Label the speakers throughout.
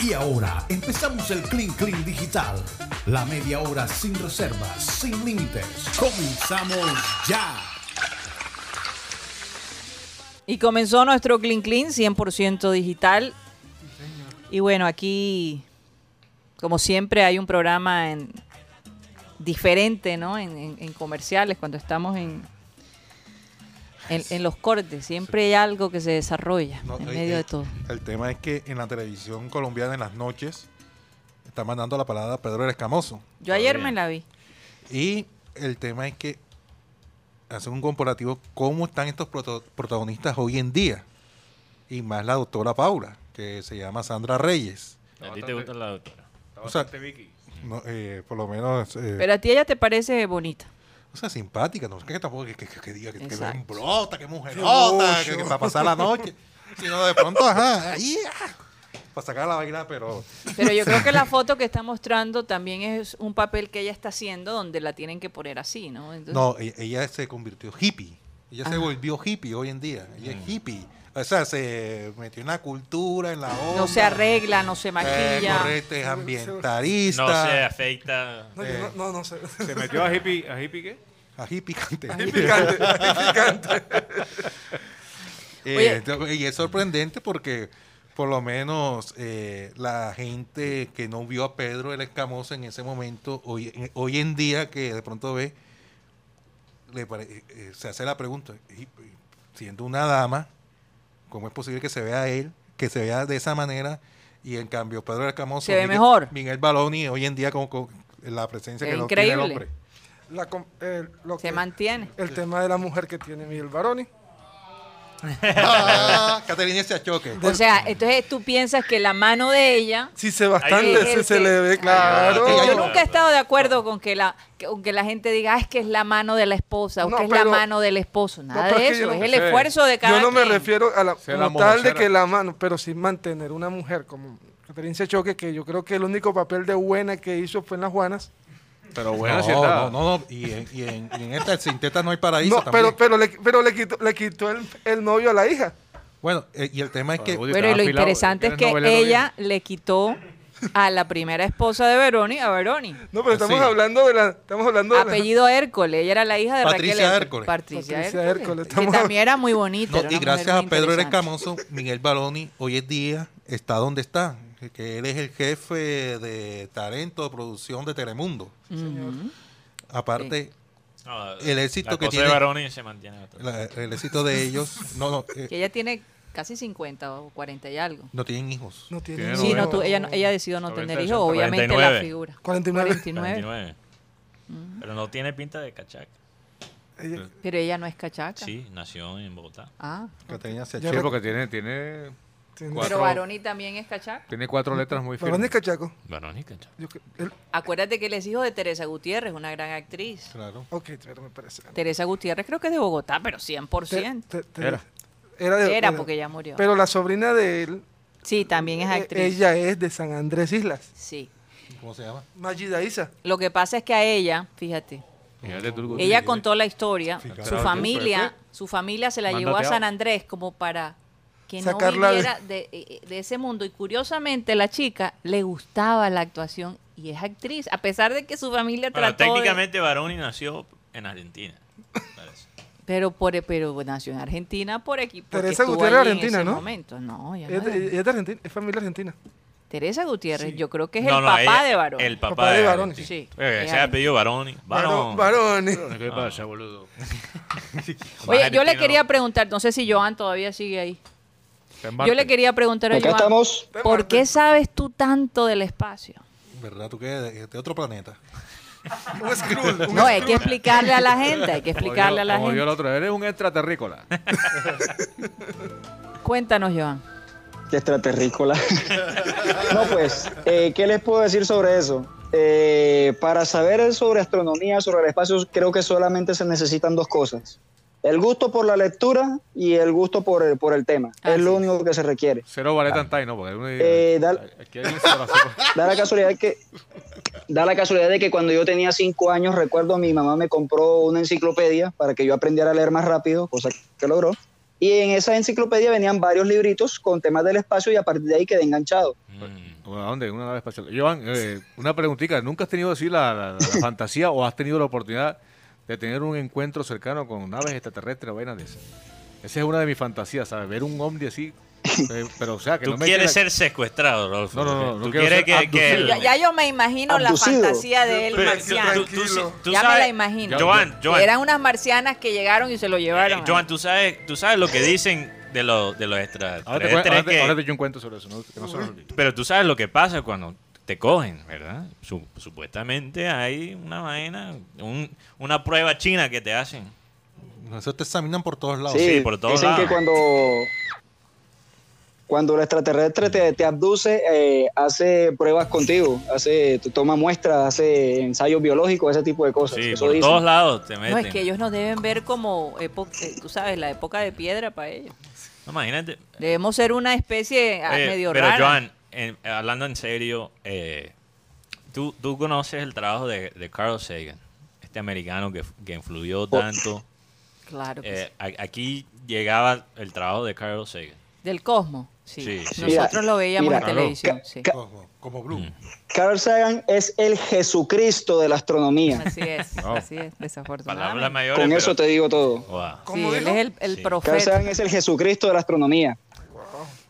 Speaker 1: Y ahora empezamos el Clean Clean Digital. La media hora sin reservas, sin límites. Comenzamos ya.
Speaker 2: Y comenzó nuestro Clean Clean 100% digital. Y bueno, aquí, como siempre, hay un programa en- diferente, ¿no? En, en- en comerciales, cuando estamos en, en, en los cortes. Siempre hay algo que se desarrolla
Speaker 3: No,
Speaker 2: en
Speaker 3: eh,
Speaker 2: medio
Speaker 3: eh,
Speaker 2: de todo.
Speaker 3: El tema es que en la televisión colombiana en las noches está mandando la palabra Pedro el Escamoso.
Speaker 2: Yo ayer me la vi.
Speaker 3: Y el tema es que hacen un comparativo cómo están estos proto- protagonistas hoy en día. Y más la doctora Paula, que se llama Sandra Reyes.
Speaker 4: A ti te gusta la doctora.
Speaker 3: O sea, no, eh, por lo menos, eh,
Speaker 2: Pero a ti ella te parece bonita.
Speaker 3: o sea, simpática, no sé qué tampoco, que, que, que- que diga que, que
Speaker 2: Exacto.
Speaker 3: brota, que mujerota, que, que para pasar la noche. Sino de pronto, ajá, ahí, ah, para sacar la vaina, pero
Speaker 2: Pero yo creo que la foto que está mostrando también es un papel que ella está haciendo donde la tienen que poner así, ¿no? Entonces-
Speaker 3: No, e- ella se convirtió hippie. Ella se
Speaker 2: Ah.
Speaker 3: volvió hippie hoy en día. Ella es hippie. O sea, se metió en la cultura, en la onda.
Speaker 2: No se arregla, no se maquilla.
Speaker 3: Eh, correcto, es ambientalista.
Speaker 4: No se afecta.
Speaker 5: No, yo no, no, no sé.
Speaker 6: ¿Se metió a hippie, a hippie qué?
Speaker 3: A hippie cante.
Speaker 5: Es picante, es picante.
Speaker 3: Eh,
Speaker 2: Oye.
Speaker 3: entonces, y es sorprendente porque por lo menos eh, la gente que no vio a Pedro el Escamoso en ese momento, hoy, en- hoy en día que de pronto ve, le pare- eh, se hace la pregunta, y- y siendo una dama, ¿cómo es posible que se vea él, que se vea de esa manera? Y en cambio, Pedro el Escamoso...
Speaker 2: Se ve mejor.
Speaker 3: Miguel Baloni hoy en día como, con la presencia
Speaker 2: Es
Speaker 3: que no tiene el
Speaker 2: increíble.
Speaker 3: hombre.
Speaker 5: La com- eh, lo
Speaker 2: Se
Speaker 5: que-
Speaker 2: mantiene.
Speaker 5: El tema de la mujer que tiene Miguel Baroni.
Speaker 3: Ah, Caterina se achoque.
Speaker 2: O sea, entonces tú piensas que la mano de ella.
Speaker 5: Sí, se bastante,
Speaker 2: es
Speaker 5: sí
Speaker 2: el
Speaker 5: se
Speaker 2: que-
Speaker 5: le ve, claro.
Speaker 2: Porque yo
Speaker 4: no-
Speaker 2: nunca he estado de acuerdo con que la que, con que la gente diga "Ah, es que es la mano de la esposa o
Speaker 5: No,
Speaker 2: que es
Speaker 5: pero-
Speaker 2: la mano del esposo.
Speaker 5: No,
Speaker 2: Nada
Speaker 5: pero
Speaker 2: de
Speaker 5: que yo
Speaker 2: eso. Es
Speaker 5: no-
Speaker 2: el
Speaker 6: sí.
Speaker 2: esfuerzo de cada
Speaker 5: Yo no me
Speaker 2: quien.
Speaker 5: refiero a la,
Speaker 6: Sea la
Speaker 5: como tal de
Speaker 6: mojachera.
Speaker 5: que la mano, pero sí mantener una mujer como Catherine Choque, que yo creo que el único papel de buena que hizo fue en las Juanas.
Speaker 6: Pero bueno,
Speaker 3: no,
Speaker 6: si está.
Speaker 3: no, no, no. Y en, y en, y en esta, sin teta no hay paraíso.
Speaker 5: No,
Speaker 3: también.
Speaker 5: pero, pero, le, pero le quitó, le quitó el, el novio a la hija.
Speaker 3: Bueno, eh, y el tema es que.
Speaker 6: Bueno,
Speaker 2: Bueno, y lo
Speaker 6: Estaba afilado,
Speaker 2: interesante es
Speaker 6: eres
Speaker 2: que
Speaker 6: novelero
Speaker 2: ella le quitó a la primera esposa de Veroni a Veroni.
Speaker 5: No, pero
Speaker 3: Sí.
Speaker 5: estamos hablando de la. Estamos hablando de la-
Speaker 2: Apellido Hércules, ella era la hija de
Speaker 3: Patricia
Speaker 2: Raquel
Speaker 3: Hércules.
Speaker 2: Patricia,
Speaker 5: Patricia
Speaker 2: Hércules.
Speaker 5: Hércules,
Speaker 2: Que
Speaker 5: estamos-
Speaker 2: también era muy bonita.
Speaker 3: no,
Speaker 2: era una
Speaker 3: y
Speaker 2: mujer
Speaker 3: gracias a
Speaker 2: muy
Speaker 3: Pedro
Speaker 2: interesante.
Speaker 3: Escamoso, Miguel Baroni, hoy en día está donde está. Que él es el jefe de talento de producción de Telemundo. Aparte,
Speaker 4: No,
Speaker 3: El éxito
Speaker 4: la
Speaker 3: que
Speaker 4: cosa
Speaker 3: tiene-
Speaker 4: de Baroni se mantiene. la otra.
Speaker 3: la- el éxito de ellos. No, no, eh,
Speaker 2: Que ella tiene casi 50 o 40 y algo.
Speaker 3: no tienen hijos.
Speaker 5: No tiene
Speaker 6: Tiene
Speaker 2: Sí,
Speaker 6: novio.
Speaker 2: no, tú- ella, no- ella decidió no tener
Speaker 6: 98,
Speaker 2: hijos, obviamente la
Speaker 4: 49.
Speaker 2: figura.
Speaker 5: 49.
Speaker 2: 49.
Speaker 4: 29.
Speaker 2: Mm.
Speaker 4: Pero no tiene pinta de cachaca.
Speaker 5: Ella-
Speaker 2: Pero ella no es cachaca.
Speaker 4: Sí, nació en Bogotá.
Speaker 2: Ah,
Speaker 3: Caterina se
Speaker 5: Ya
Speaker 6: Sí,
Speaker 3: achó.
Speaker 6: porque tiene, tiene,
Speaker 5: tiene-
Speaker 6: Cuatro.
Speaker 2: pero Baroni también es cachaca.
Speaker 6: tiene cuatro letras muy
Speaker 5: Baroni
Speaker 6: firmes.
Speaker 5: Cachaco.
Speaker 4: Baroni y cachaca.
Speaker 5: Yo que- el-
Speaker 2: Acuérdate que él es hijo de Teresa Gutiérrez, una gran actriz.
Speaker 3: Claro.
Speaker 5: ok, pero me parece.
Speaker 2: Teresa Gutiérrez creo que es de Bogotá, pero 100%.
Speaker 5: Te- te-
Speaker 6: Era.
Speaker 5: Era, de-
Speaker 2: Era
Speaker 5: era.
Speaker 2: porque ella murió.
Speaker 5: Pero la sobrina de él,
Speaker 2: Sí, también es
Speaker 5: eh,
Speaker 2: actriz.
Speaker 5: ella es de San Andrés Islas.
Speaker 2: Sí.
Speaker 3: ¿Cómo se llama?
Speaker 5: Magida Isa.
Speaker 2: Lo que pasa es que a ella, fíjate,
Speaker 6: Fíjate tú,
Speaker 2: ella contó la historia,
Speaker 3: Fíjate.
Speaker 2: su familia, su familia se la llevó a
Speaker 6: Mándate
Speaker 2: San
Speaker 6: a-
Speaker 2: Andrés como para que
Speaker 5: Sacarla
Speaker 2: no
Speaker 5: de-
Speaker 2: viviera de, eh, de ese mundo. Y curiosamente la chica le gustaba la actuación y es actriz, a pesar de que su familia
Speaker 4: Bueno,
Speaker 2: trató de-
Speaker 4: técnicamente Baroni nació en Argentina. parece.
Speaker 2: Pero, por, pero nació en Argentina por equipo.
Speaker 5: Teresa Gutiérrez, Argentina,
Speaker 2: en ese
Speaker 5: ¿no?
Speaker 2: Momento. No, ella no
Speaker 5: Es
Speaker 2: era-
Speaker 5: de, eh, ella es de Argentina, es familia argentina.
Speaker 2: Teresa Gutiérrez, yo creo que es
Speaker 4: No,
Speaker 2: el
Speaker 4: no,
Speaker 2: papá
Speaker 4: ella-
Speaker 2: de Baroni.
Speaker 4: El papá,
Speaker 5: Papá de
Speaker 4: de
Speaker 5: Baroni.
Speaker 4: Baroni.
Speaker 2: Sí.
Speaker 4: Eh,
Speaker 2: Es
Speaker 4: se ha pedido Baroni. Barón.
Speaker 5: Baroni.
Speaker 6: ¿Qué pasa, boludo?
Speaker 2: Oye, yo le
Speaker 4: Argentino.
Speaker 2: quería preguntar, no sé si Joan todavía sigue ahí. Yo le quería preguntar a
Speaker 7: Acá
Speaker 2: Joan,
Speaker 7: estamos.
Speaker 2: ¿por qué sabes tú tanto del espacio?
Speaker 3: ¿Verdad? ¿Tú qué? De, de otro planeta.
Speaker 5: Un Skrull. un
Speaker 2: No, hay
Speaker 5: Skrull.
Speaker 2: que explicarle a la gente, hay que
Speaker 6: Como
Speaker 2: explicarle
Speaker 6: yo-
Speaker 2: a la
Speaker 6: como yo
Speaker 2: gente.
Speaker 6: el otro, eres un extraterrícola.
Speaker 2: Cuéntanos, Joan.
Speaker 7: Qué extraterrícola. no, pues, eh, ¿qué les puedo decir sobre eso? Eh, para saber sobre astronomía, sobre el espacio, creo que solamente se necesitan dos cosas. El gusto por la lectura y el gusto por el, por el tema. es
Speaker 2: Así
Speaker 7: lo
Speaker 2: es.
Speaker 7: único que se requiere.
Speaker 6: Cero baleta en Tai, ¿no? Porque uno
Speaker 7: Eh, dale.
Speaker 6: Aquí hay un corazón.
Speaker 7: Da la casualidad que da la casualidad de que cuando yo tenía cinco años, recuerdo, mi mamá me compró una enciclopedia para que yo aprendiera a leer más rápido, cosa que logró. Y en esa enciclopedia venían varios libritos con temas del espacio y a partir de ahí quedé enganchado.
Speaker 4: Mm.
Speaker 6: Bueno, ¿A dónde? Una nave espacial. Joan, eh, una preguntita. ¿Nunca has tenido así la, la- la fantasía o has tenido la oportunidad de tener un encuentro cercano con naves extraterrestres o vainas de esas? Esa es una de mis fantasías, ¿sabes? Ver un ovni así. eh, pero, o sea, que
Speaker 4: Tú
Speaker 6: no me
Speaker 4: quieres ser
Speaker 6: quede
Speaker 4: secuestrado, Rodolfo.
Speaker 6: No, no, no, no
Speaker 4: Tú
Speaker 6: quiero
Speaker 4: quieres que...
Speaker 6: ser
Speaker 4: que-
Speaker 6: abducido.
Speaker 2: Ya, ya yo me imagino
Speaker 7: Abducido.
Speaker 2: la fantasía de él
Speaker 4: Pero-
Speaker 2: marciano.
Speaker 4: tú- tú sí- tú
Speaker 2: ya me
Speaker 4: sabes-
Speaker 2: la imagino.
Speaker 4: Joan,
Speaker 2: Que
Speaker 4: Joan,
Speaker 2: Eran unas marcianas que llegaron y se lo llevaron.
Speaker 4: Eh, Joan, tú sabes, tú sabes lo que dicen de, los de los
Speaker 6: la- Ahora te, cuen- ahora
Speaker 4: extraterrestres.
Speaker 6: te-
Speaker 4: que-
Speaker 6: ahora te echo un cuento sobre eso. ¿no? Que no se nos olvide.
Speaker 4: pero tú sabes lo que pasa cuando te cogen, ¿verdad? Su- supuestamente hay una vaina, un- una prueba china que te hacen.
Speaker 3: Eso te examinan por todos lados.
Speaker 4: sí, por todos
Speaker 7: dicen
Speaker 4: lados.
Speaker 7: que cuando, cuando el extraterrestre te, te abduce, eh, hace pruebas contigo, hace, te toma muestras, hace ensayos biológicos, ese tipo de cosas.
Speaker 4: Sí,
Speaker 7: Eso
Speaker 4: por
Speaker 7: dicen.
Speaker 4: todos lados te meten.
Speaker 2: No, es que ellos nos deben ver como, epo- eh, tú sabes, la época de piedra para ellos.
Speaker 4: No, Imagínate.
Speaker 2: Debemos ser una especie ah,
Speaker 4: Oye,
Speaker 2: medio
Speaker 4: Eh, pero
Speaker 2: rara.
Speaker 4: Joan, en- hablando en serio, eh, ¿tú, tú conoces el trabajo de, de Carl Sagan, este americano que, que
Speaker 7: Oh.
Speaker 4: influyó tanto.
Speaker 2: claro. que sí.
Speaker 4: Eh, a- aquí llegaba el trabajo de Carl Sagan.
Speaker 2: Del cosmos. Sí.
Speaker 4: sí, sí.
Speaker 2: Nosotros
Speaker 7: Mira,
Speaker 2: lo veíamos
Speaker 7: mira,
Speaker 2: en televisión. sí.
Speaker 7: ca-
Speaker 3: Como, como Blue.
Speaker 7: Carl Sagan es el Jesucristo de la astronomía.
Speaker 2: Así es,
Speaker 6: No.
Speaker 2: así es,
Speaker 4: Palabras
Speaker 2: desafortunadamente.
Speaker 4: mayores.
Speaker 7: Con
Speaker 4: pero-
Speaker 7: eso te digo todo.
Speaker 4: Wow.
Speaker 2: Sí, él es el, el
Speaker 4: Sí.
Speaker 7: Carl
Speaker 2: profeta.
Speaker 7: Sagan es el Jesucristo de la astronomía.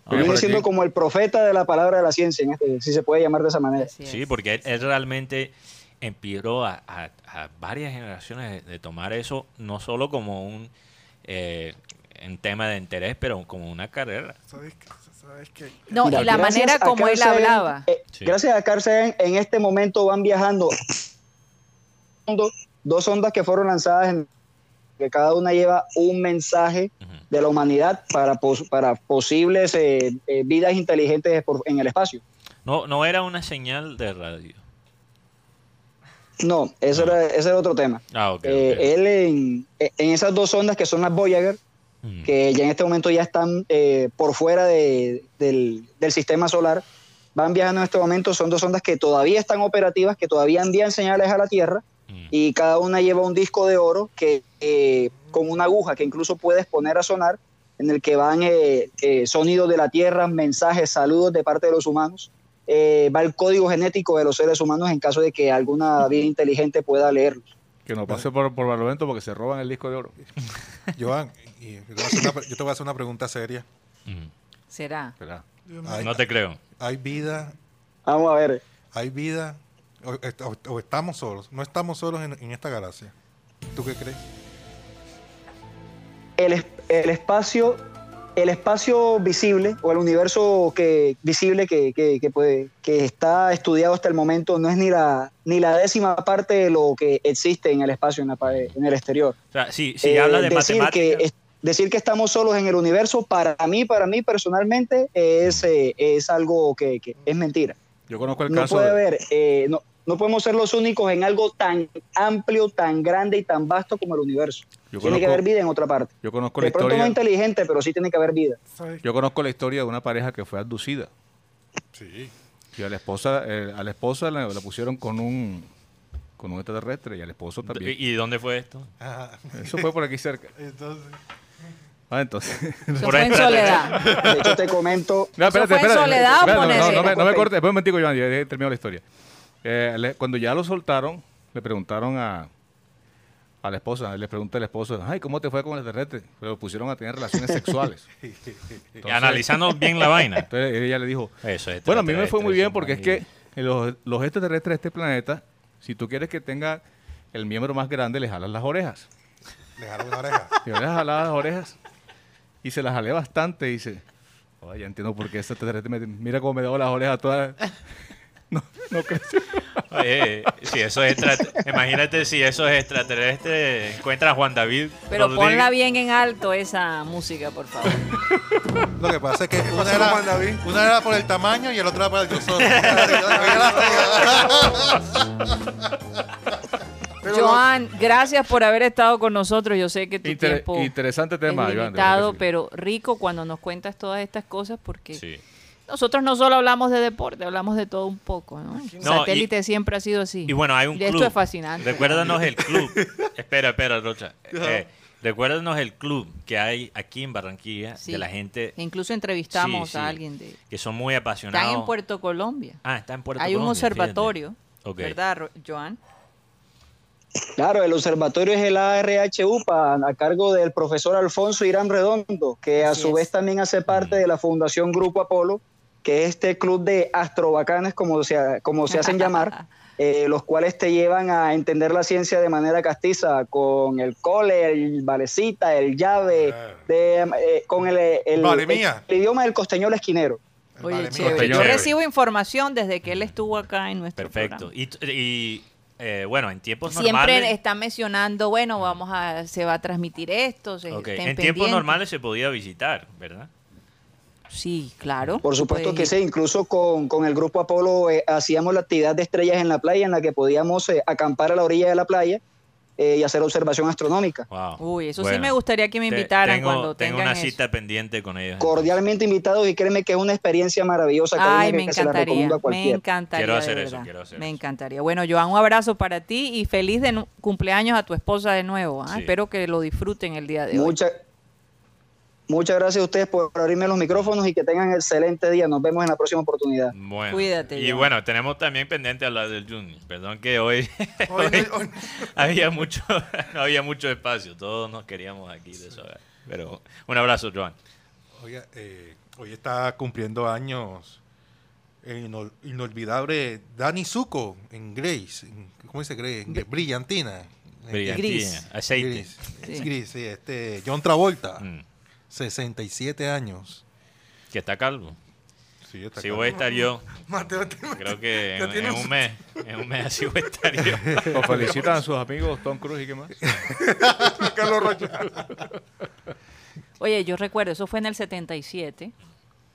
Speaker 6: Oye,
Speaker 7: Viene
Speaker 6: por
Speaker 7: siendo
Speaker 6: aquí-
Speaker 7: como el profeta de la palabra de la ciencia, en este- si se puede llamar de esa manera.
Speaker 2: Así es.
Speaker 4: Sí, porque él, él realmente inspiró a, a- a varias generaciones de, de tomar eso no solo como un, eh, un tema de interés, pero como una carrera.
Speaker 5: ¿Sabes qué? ¿Sabes qué?
Speaker 2: No,
Speaker 7: Mira,
Speaker 2: y la
Speaker 7: gracias
Speaker 2: manera
Speaker 7: a
Speaker 2: como
Speaker 7: Carl
Speaker 2: él
Speaker 7: Sagan,
Speaker 2: hablaba.
Speaker 7: eh,
Speaker 4: Sí.
Speaker 7: Gracias a Carl Sagan, en este momento van viajando dos ondas que fueron lanzadas, en, que cada una lleva un mensaje
Speaker 4: Ujú.
Speaker 7: de la humanidad para, pos- para posibles eh, eh, vidas inteligentes por- en el espacio.
Speaker 4: No, no era una señal de radio.
Speaker 7: No, eso era, ese era otro tema.
Speaker 4: Ah, ok.
Speaker 7: Eh,
Speaker 4: ok.
Speaker 7: él en, eh, en esas dos ondas que son las Voyager,
Speaker 4: Mm.
Speaker 7: que ya en este momento ya están eh, por fuera de- del, del sistema solar, van viajando en este momento, son dos ondas que todavía están operativas, que todavía envían señales a la Tierra
Speaker 4: Mm.
Speaker 7: y cada una lleva un disco de oro que eh, con una aguja que incluso puedes poner a sonar, en el que van eh, eh, sonidos de la Tierra, mensajes, saludos de parte de los humanos. eh, va el código genético de los seres humanos en caso de que alguna vida inteligente pueda leerlo.
Speaker 6: Que no pase por, por Barlovento porque se roban el disco de oro.
Speaker 3: Joan, y- yo te voy a hacer una pre- yo te voy a hacer una pregunta seria.
Speaker 4: Mm.
Speaker 2: Será.
Speaker 6: Espera.
Speaker 3: Ay.
Speaker 4: No te creo.
Speaker 3: ¿Hay vida
Speaker 7: Vamos a ver.
Speaker 3: hay vida o, est- o- o estamos solos. No estamos solos en, en esta galaxia. ¿Tú qué crees?
Speaker 7: el, es- el espacio el espacio visible o el universo que visible que, que- que puede- que está estudiado hasta el momento no es ni la ni la décima parte de lo que existe en el espacio en, la pa- en el exterior
Speaker 4: O sea, si, si
Speaker 7: Eh,
Speaker 4: habla de
Speaker 7: decir
Speaker 4: matemáticas.
Speaker 7: que es- decir que estamos solos en el universo para mí para mí personalmente es eh, es algo que, que es mentira
Speaker 6: Yo conozco el
Speaker 7: no
Speaker 6: caso.
Speaker 7: puede
Speaker 6: de-
Speaker 7: haber eh, no no podemos ser los únicos en algo tan amplio tan grande y tan vasto como el universo
Speaker 6: Yo
Speaker 7: tiene
Speaker 6: conozco-
Speaker 7: que haber vida en otra parte
Speaker 6: yo conozco la
Speaker 7: de pronto no
Speaker 6: historia.
Speaker 7: inteligente, pero sí tiene que haber vida.
Speaker 5: ¿Sabes qué?
Speaker 6: Yo conozco la historia de una pareja que fue abducida.
Speaker 3: Sí.
Speaker 6: Y a la esposa, eh, a la esposa la, la pusieron con un con un extraterrestre y al esposo
Speaker 4: ¿Y,
Speaker 6: también.
Speaker 4: y dónde fue esto?
Speaker 6: Eso fue por aquí cerca.
Speaker 3: Entonces,
Speaker 6: Ah, entonces.
Speaker 2: Eso
Speaker 4: Por
Speaker 2: fue en
Speaker 4: ahí, espérate.
Speaker 2: soledad.
Speaker 7: De hecho, te comento.
Speaker 6: No,
Speaker 2: Eso fue en soledad,
Speaker 6: no, no,
Speaker 2: ponele.
Speaker 6: no, no me, no me cortes, después un momentico, Joan, ya he terminado la historia. Eh, le- cuando ya lo soltaron, le preguntaron a, a la esposa, le pregunta a la esposa, ay, ¿cómo te fue con el extraterrestre? Pero pusieron a tener relaciones sexuales. Entonces-
Speaker 4: Analizando bien la vaina.
Speaker 6: Entonces ella le dijo,
Speaker 4: Eso es
Speaker 6: bueno, a mí me fue
Speaker 4: extraterrestre,
Speaker 6: muy bien porque es que
Speaker 4: imagínate.
Speaker 6: los, los extraterrestres de este planeta, si tú quieres que tenga el miembro más grande, le jalas las orejas.
Speaker 3: le jalaron la oreja.
Speaker 6: Yo le jalaba las orejas y se las jalé bastante. Y dice, "Oh, ya entiendo por qué este extraterrestre me, mira cómo me daba las orejas todas. No, no creció.
Speaker 4: Oye, eh, si eso es extra- imagínate si eso es extraterrestre, encuentra a Juan David.
Speaker 2: Pero
Speaker 4: Rodríguez.
Speaker 2: ponla bien en alto esa música, por favor.
Speaker 3: Lo que pasa es que
Speaker 5: pasó
Speaker 3: una
Speaker 5: con
Speaker 3: era,
Speaker 5: Juan David?
Speaker 3: una era por el tamaño y el otro era por el grosor. Gracias,
Speaker 5: Pero lo-
Speaker 2: Joan, gracias por haber estado con nosotros. Yo sé que tu
Speaker 6: Inter-
Speaker 2: tiempo
Speaker 6: interesante
Speaker 2: es
Speaker 6: tema, Joan, de verdad que
Speaker 2: limitado,
Speaker 6: sí.
Speaker 2: pero rico cuando nos cuentas todas estas cosas porque
Speaker 4: Sí.
Speaker 2: nosotros no solo hablamos de deporte, hablamos de todo un poco, ¿no?
Speaker 4: No,
Speaker 2: Satélite siempre ha sido así.
Speaker 4: Y bueno, hay un
Speaker 2: Esto
Speaker 4: club.
Speaker 2: es fascinante.
Speaker 4: Recuérdanos el club. espera, espera, Rocha. Eh, Recuérdanos el club que hay aquí en Barranquilla
Speaker 2: Sí.
Speaker 4: de la gente
Speaker 2: Incluso entrevistamos
Speaker 4: Sí, sí.
Speaker 2: a alguien de...
Speaker 4: que son muy apasionados.
Speaker 2: Están en Puerto Colombia.
Speaker 4: Ah, está en Puerto
Speaker 2: Hay un
Speaker 4: Colombia, fíjate.
Speaker 2: observatorio,
Speaker 4: Ok.
Speaker 2: ¿verdad, Ro- Joan?
Speaker 7: Claro, el observatorio es el ARHU pa- a cargo del profesor Alfonso Irán Redondo, que a
Speaker 2: Así
Speaker 7: su
Speaker 2: es.
Speaker 7: vez también hace parte de la Fundación Grupo Apolo, que es este club de astrobacanes, como se, como se hacen llamar, eh, los cuales te llevan a entender la ciencia de manera castiza, con el cole, el valecita, el llave, de, eh, con el, el-
Speaker 3: Ah. Vale,
Speaker 7: el-
Speaker 3: mía.
Speaker 7: el idioma del costeñol esquinero.
Speaker 2: Oye,
Speaker 3: Vale,
Speaker 2: chévere.
Speaker 3: mira.
Speaker 2: Yo
Speaker 4: Chévere.
Speaker 2: recibo información desde que él estuvo acá en nuestro
Speaker 4: Perfecto.
Speaker 2: programa.
Speaker 4: Y, t- y, eh, bueno, en tiempos
Speaker 2: Siempre este,
Speaker 4: normales.
Speaker 2: está mencionando, bueno, vamos a, se va a transmitir esto, se,
Speaker 4: Ok,
Speaker 2: estén
Speaker 4: En tiempos
Speaker 2: pendientes.
Speaker 4: normales se podía visitar, ¿verdad?
Speaker 2: Sí, claro. Pues,
Speaker 7: Por supuesto que
Speaker 2: Puedes
Speaker 7: sí, incluso con, con el grupo Apolo eh, hacíamos la actividad de estrellas en la playa, en la que podíamos eh, acampar a la orilla de la playa eh, y hacer observación astronómica.
Speaker 4: Wow.
Speaker 2: Uy, eso sí
Speaker 4: Bueno,
Speaker 2: me gustaría que me
Speaker 4: te-
Speaker 2: invitaran
Speaker 4: tengo,
Speaker 2: cuando
Speaker 4: tengo
Speaker 2: tengan
Speaker 4: una
Speaker 2: eso.
Speaker 4: cita pendiente con ellos.
Speaker 7: Cordialmente invitados y créeme que es una experiencia maravillosa que,
Speaker 2: Ay,
Speaker 7: viene
Speaker 2: me
Speaker 7: que se la
Speaker 2: encantaría,
Speaker 7: recomiendo a
Speaker 2: me
Speaker 7: cualquiera.
Speaker 2: encantaría.
Speaker 4: Quiero
Speaker 2: de
Speaker 4: hacer eso,
Speaker 2: verdad.
Speaker 4: quiero hacer
Speaker 2: Me
Speaker 4: eso.
Speaker 2: encantaría. Bueno, Joan, un abrazo para ti y feliz de nu- cumpleaños a tu esposa de nuevo. ¿ah?
Speaker 4: Sí.
Speaker 2: Espero que lo disfruten el día de hoy.
Speaker 7: Mucha- muchas gracias a ustedes por abrirme los micrófonos y que tengan excelente día. Nos vemos en la próxima oportunidad.
Speaker 4: Bueno,
Speaker 2: Cuídate,
Speaker 4: Y
Speaker 2: Joan.
Speaker 4: bueno, tenemos también pendiente a la del Junior. Perdón que hoy,
Speaker 5: Hoy no-
Speaker 4: hoy
Speaker 5: hoy no.
Speaker 4: había mucho, no había mucho espacio. Todos nos queríamos aquí de eso. Pero un abrazo, Joan.
Speaker 3: Oiga, eh, hoy está cumpliendo años el inol- inolvidable Danny Zuko en Grace. en- ¿Cómo dice Grace? En Gr- Brillantina. En-
Speaker 4: Brillantina,
Speaker 2: Gris.
Speaker 4: aceite.
Speaker 3: Gris.
Speaker 2: Sí.
Speaker 3: Es Gris, sí, este, John Travolta,
Speaker 4: Mm,
Speaker 3: 67 años.
Speaker 4: Que está calvo.
Speaker 3: Sí, está
Speaker 4: Si
Speaker 3: acá.
Speaker 4: voy a estar yo,
Speaker 5: Mateo, te-
Speaker 4: creo que
Speaker 5: Ya
Speaker 4: en,
Speaker 5: tiene
Speaker 4: en
Speaker 5: un-
Speaker 4: un mes, en un mes así voy a estar yo.
Speaker 6: Lo felicitan a sus amigos Tom Cruise y qué más.
Speaker 5: Carlos Rocha.
Speaker 2: Oye, yo recuerdo, eso fue en el 77.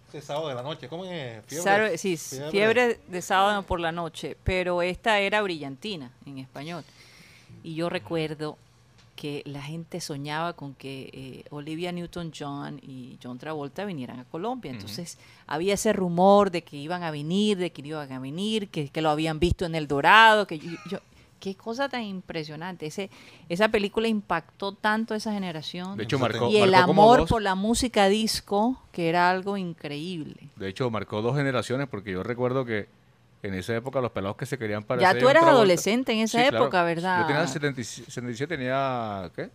Speaker 3: Este sábado de la noche, ¿cómo es?
Speaker 2: Sar- sí, fiebre. de sábado por la noche, pero esta era brillantina en español. Y yo recuerdo que la gente soñaba con que eh, Olivia Newton-John y John Travolta vinieran a Colombia. Entonces había ese rumor de que iban a venir, de que no iban a venir, que, que lo habían visto en El Dorado, que yo- yo- Qué cosa tan impresionante. Ese, esa película impactó tanto a esa generación.
Speaker 6: De hecho, marcó,
Speaker 2: y el
Speaker 6: marcó como
Speaker 2: amor
Speaker 6: dos.
Speaker 2: por la música disco, que era algo increíble.
Speaker 6: De hecho, marcó dos generaciones porque yo recuerdo que en esa época los pelados que se querían parecer.
Speaker 2: Ya
Speaker 6: a
Speaker 2: tú
Speaker 6: John
Speaker 2: eras
Speaker 6: Travolta-
Speaker 2: adolescente en esa
Speaker 6: Sí, claro.
Speaker 2: época, ¿verdad?
Speaker 6: Yo tenía 77, 77 tenía. ¿Qué?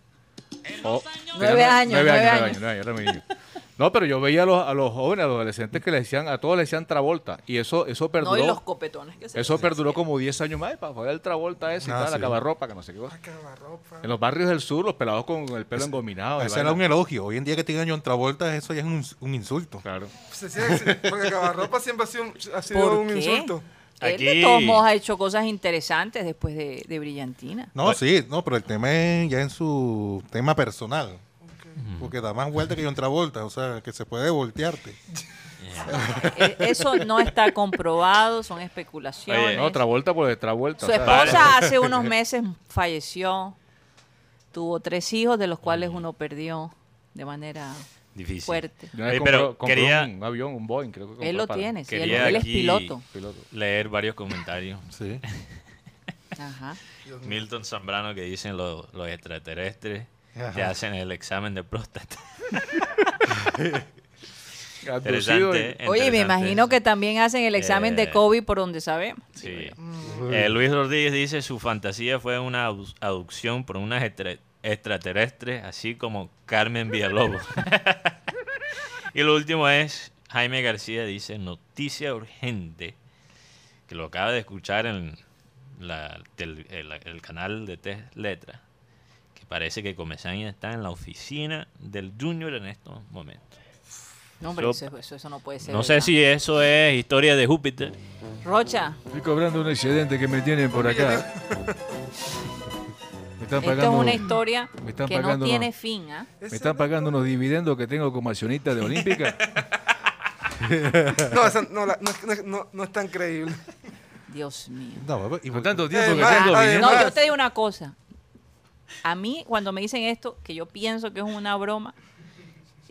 Speaker 6: Oh, tenía
Speaker 2: Nueve
Speaker 6: nue-
Speaker 2: años, nueve
Speaker 6: Nueve años, nueve
Speaker 2: años.
Speaker 6: años, nueve años, era mi niño. No, pero yo veía a los, a los jóvenes, a los adolescentes que le decían, a todos le decían Travolta. Y eso, eso
Speaker 2: no,
Speaker 6: perduró.
Speaker 2: y los copetones que se
Speaker 6: eso perduró como 10 años más. Para joder el Travolta ese y
Speaker 3: Ah,
Speaker 6: tal, la
Speaker 3: sí.
Speaker 6: cabarropa, que no sé qué cosa. En los barrios del sur, los pelados con el pelo engominado. y
Speaker 3: Ese era
Speaker 6: vaina.
Speaker 3: un elogio. Hoy en día que tengan John Travolta, eso ya es un, un insulto.
Speaker 6: Claro.
Speaker 5: Se sigue- se- Porque Cabarropa siempre ha sido, un- ha sido
Speaker 2: ¿Por
Speaker 5: un
Speaker 2: qué?
Speaker 5: insulto.
Speaker 2: Él de
Speaker 4: Aquí-
Speaker 2: todos modos ha hecho cosas interesantes después de, de Brillantina.
Speaker 3: No, sí, no, pero el tema es ya en su tema personal. Porque da más vuelta que John Travolta, o sea, que se puede voltearte.
Speaker 2: Eh, Eso no está comprobado, son especulaciones.
Speaker 4: Oye,
Speaker 6: No, Travolta, pues Travolta.
Speaker 2: Su
Speaker 6: o sea,
Speaker 2: esposa hace unos meses falleció, tuvo tres hijos, de los cuales uno perdió de manera
Speaker 4: Difícil.
Speaker 2: fuerte.
Speaker 6: Yo una vez
Speaker 4: Oye, pero
Speaker 6: compró- compró
Speaker 4: quería-
Speaker 6: un avión, un Boeing, creo que compró
Speaker 2: Él lo
Speaker 6: para-
Speaker 2: tiene, sí, él,
Speaker 4: Quería
Speaker 2: él es
Speaker 4: aquí-
Speaker 2: piloto.
Speaker 6: piloto.
Speaker 4: Leer varios comentarios.
Speaker 3: Sí.
Speaker 2: Ajá.
Speaker 4: Milton Zambrano que dicen lo- los extraterrestres que
Speaker 3: Ajá.
Speaker 4: hacen el examen de próstata.
Speaker 6: Abducido y-
Speaker 4: Interesante.
Speaker 2: Oye, me
Speaker 4: interesante.
Speaker 2: imagino que también hacen el examen de
Speaker 4: Eh,
Speaker 2: COVID por donde sabemos.
Speaker 4: Sí. Eh, Luis Rodríguez dice su fantasía fue una abdu- aducción por unas estra- extraterrestres, así como Carmen Villalobos. y lo último es Jaime García dice noticia urgente que lo acaba de escuchar en la tel- el, el canal de tres letras que parece que Comesaña está en la oficina del Junior en estos momentos.
Speaker 2: No, hombre,
Speaker 4: Eso-
Speaker 2: eso, eso- eso no puede ser.
Speaker 4: No sé
Speaker 2: ¿verdad?
Speaker 4: si eso es historia de Júpiter.
Speaker 2: Rocha,
Speaker 6: Estoy cobrando un excedente que me tienen por acá. Me están
Speaker 2: esto es
Speaker 6: pagando,
Speaker 2: una historia
Speaker 6: me están
Speaker 2: que no
Speaker 6: pagando
Speaker 2: tiene
Speaker 6: unos-
Speaker 2: fin, ¿ah?
Speaker 6: me están pagando unos dividendos que tengo como accionista de Olímpica.
Speaker 5: No, esa- no, la- no es- no es- no- no es tan creíble.
Speaker 2: Dios mío.
Speaker 3: No, y
Speaker 6: Por tanto
Speaker 5: Eh,
Speaker 6: tiempo que
Speaker 5: más-
Speaker 6: tengo
Speaker 5: además-
Speaker 6: viniendo-
Speaker 2: No, yo te digo una cosa. A mí, cuando me dicen esto, que yo pienso que es una broma,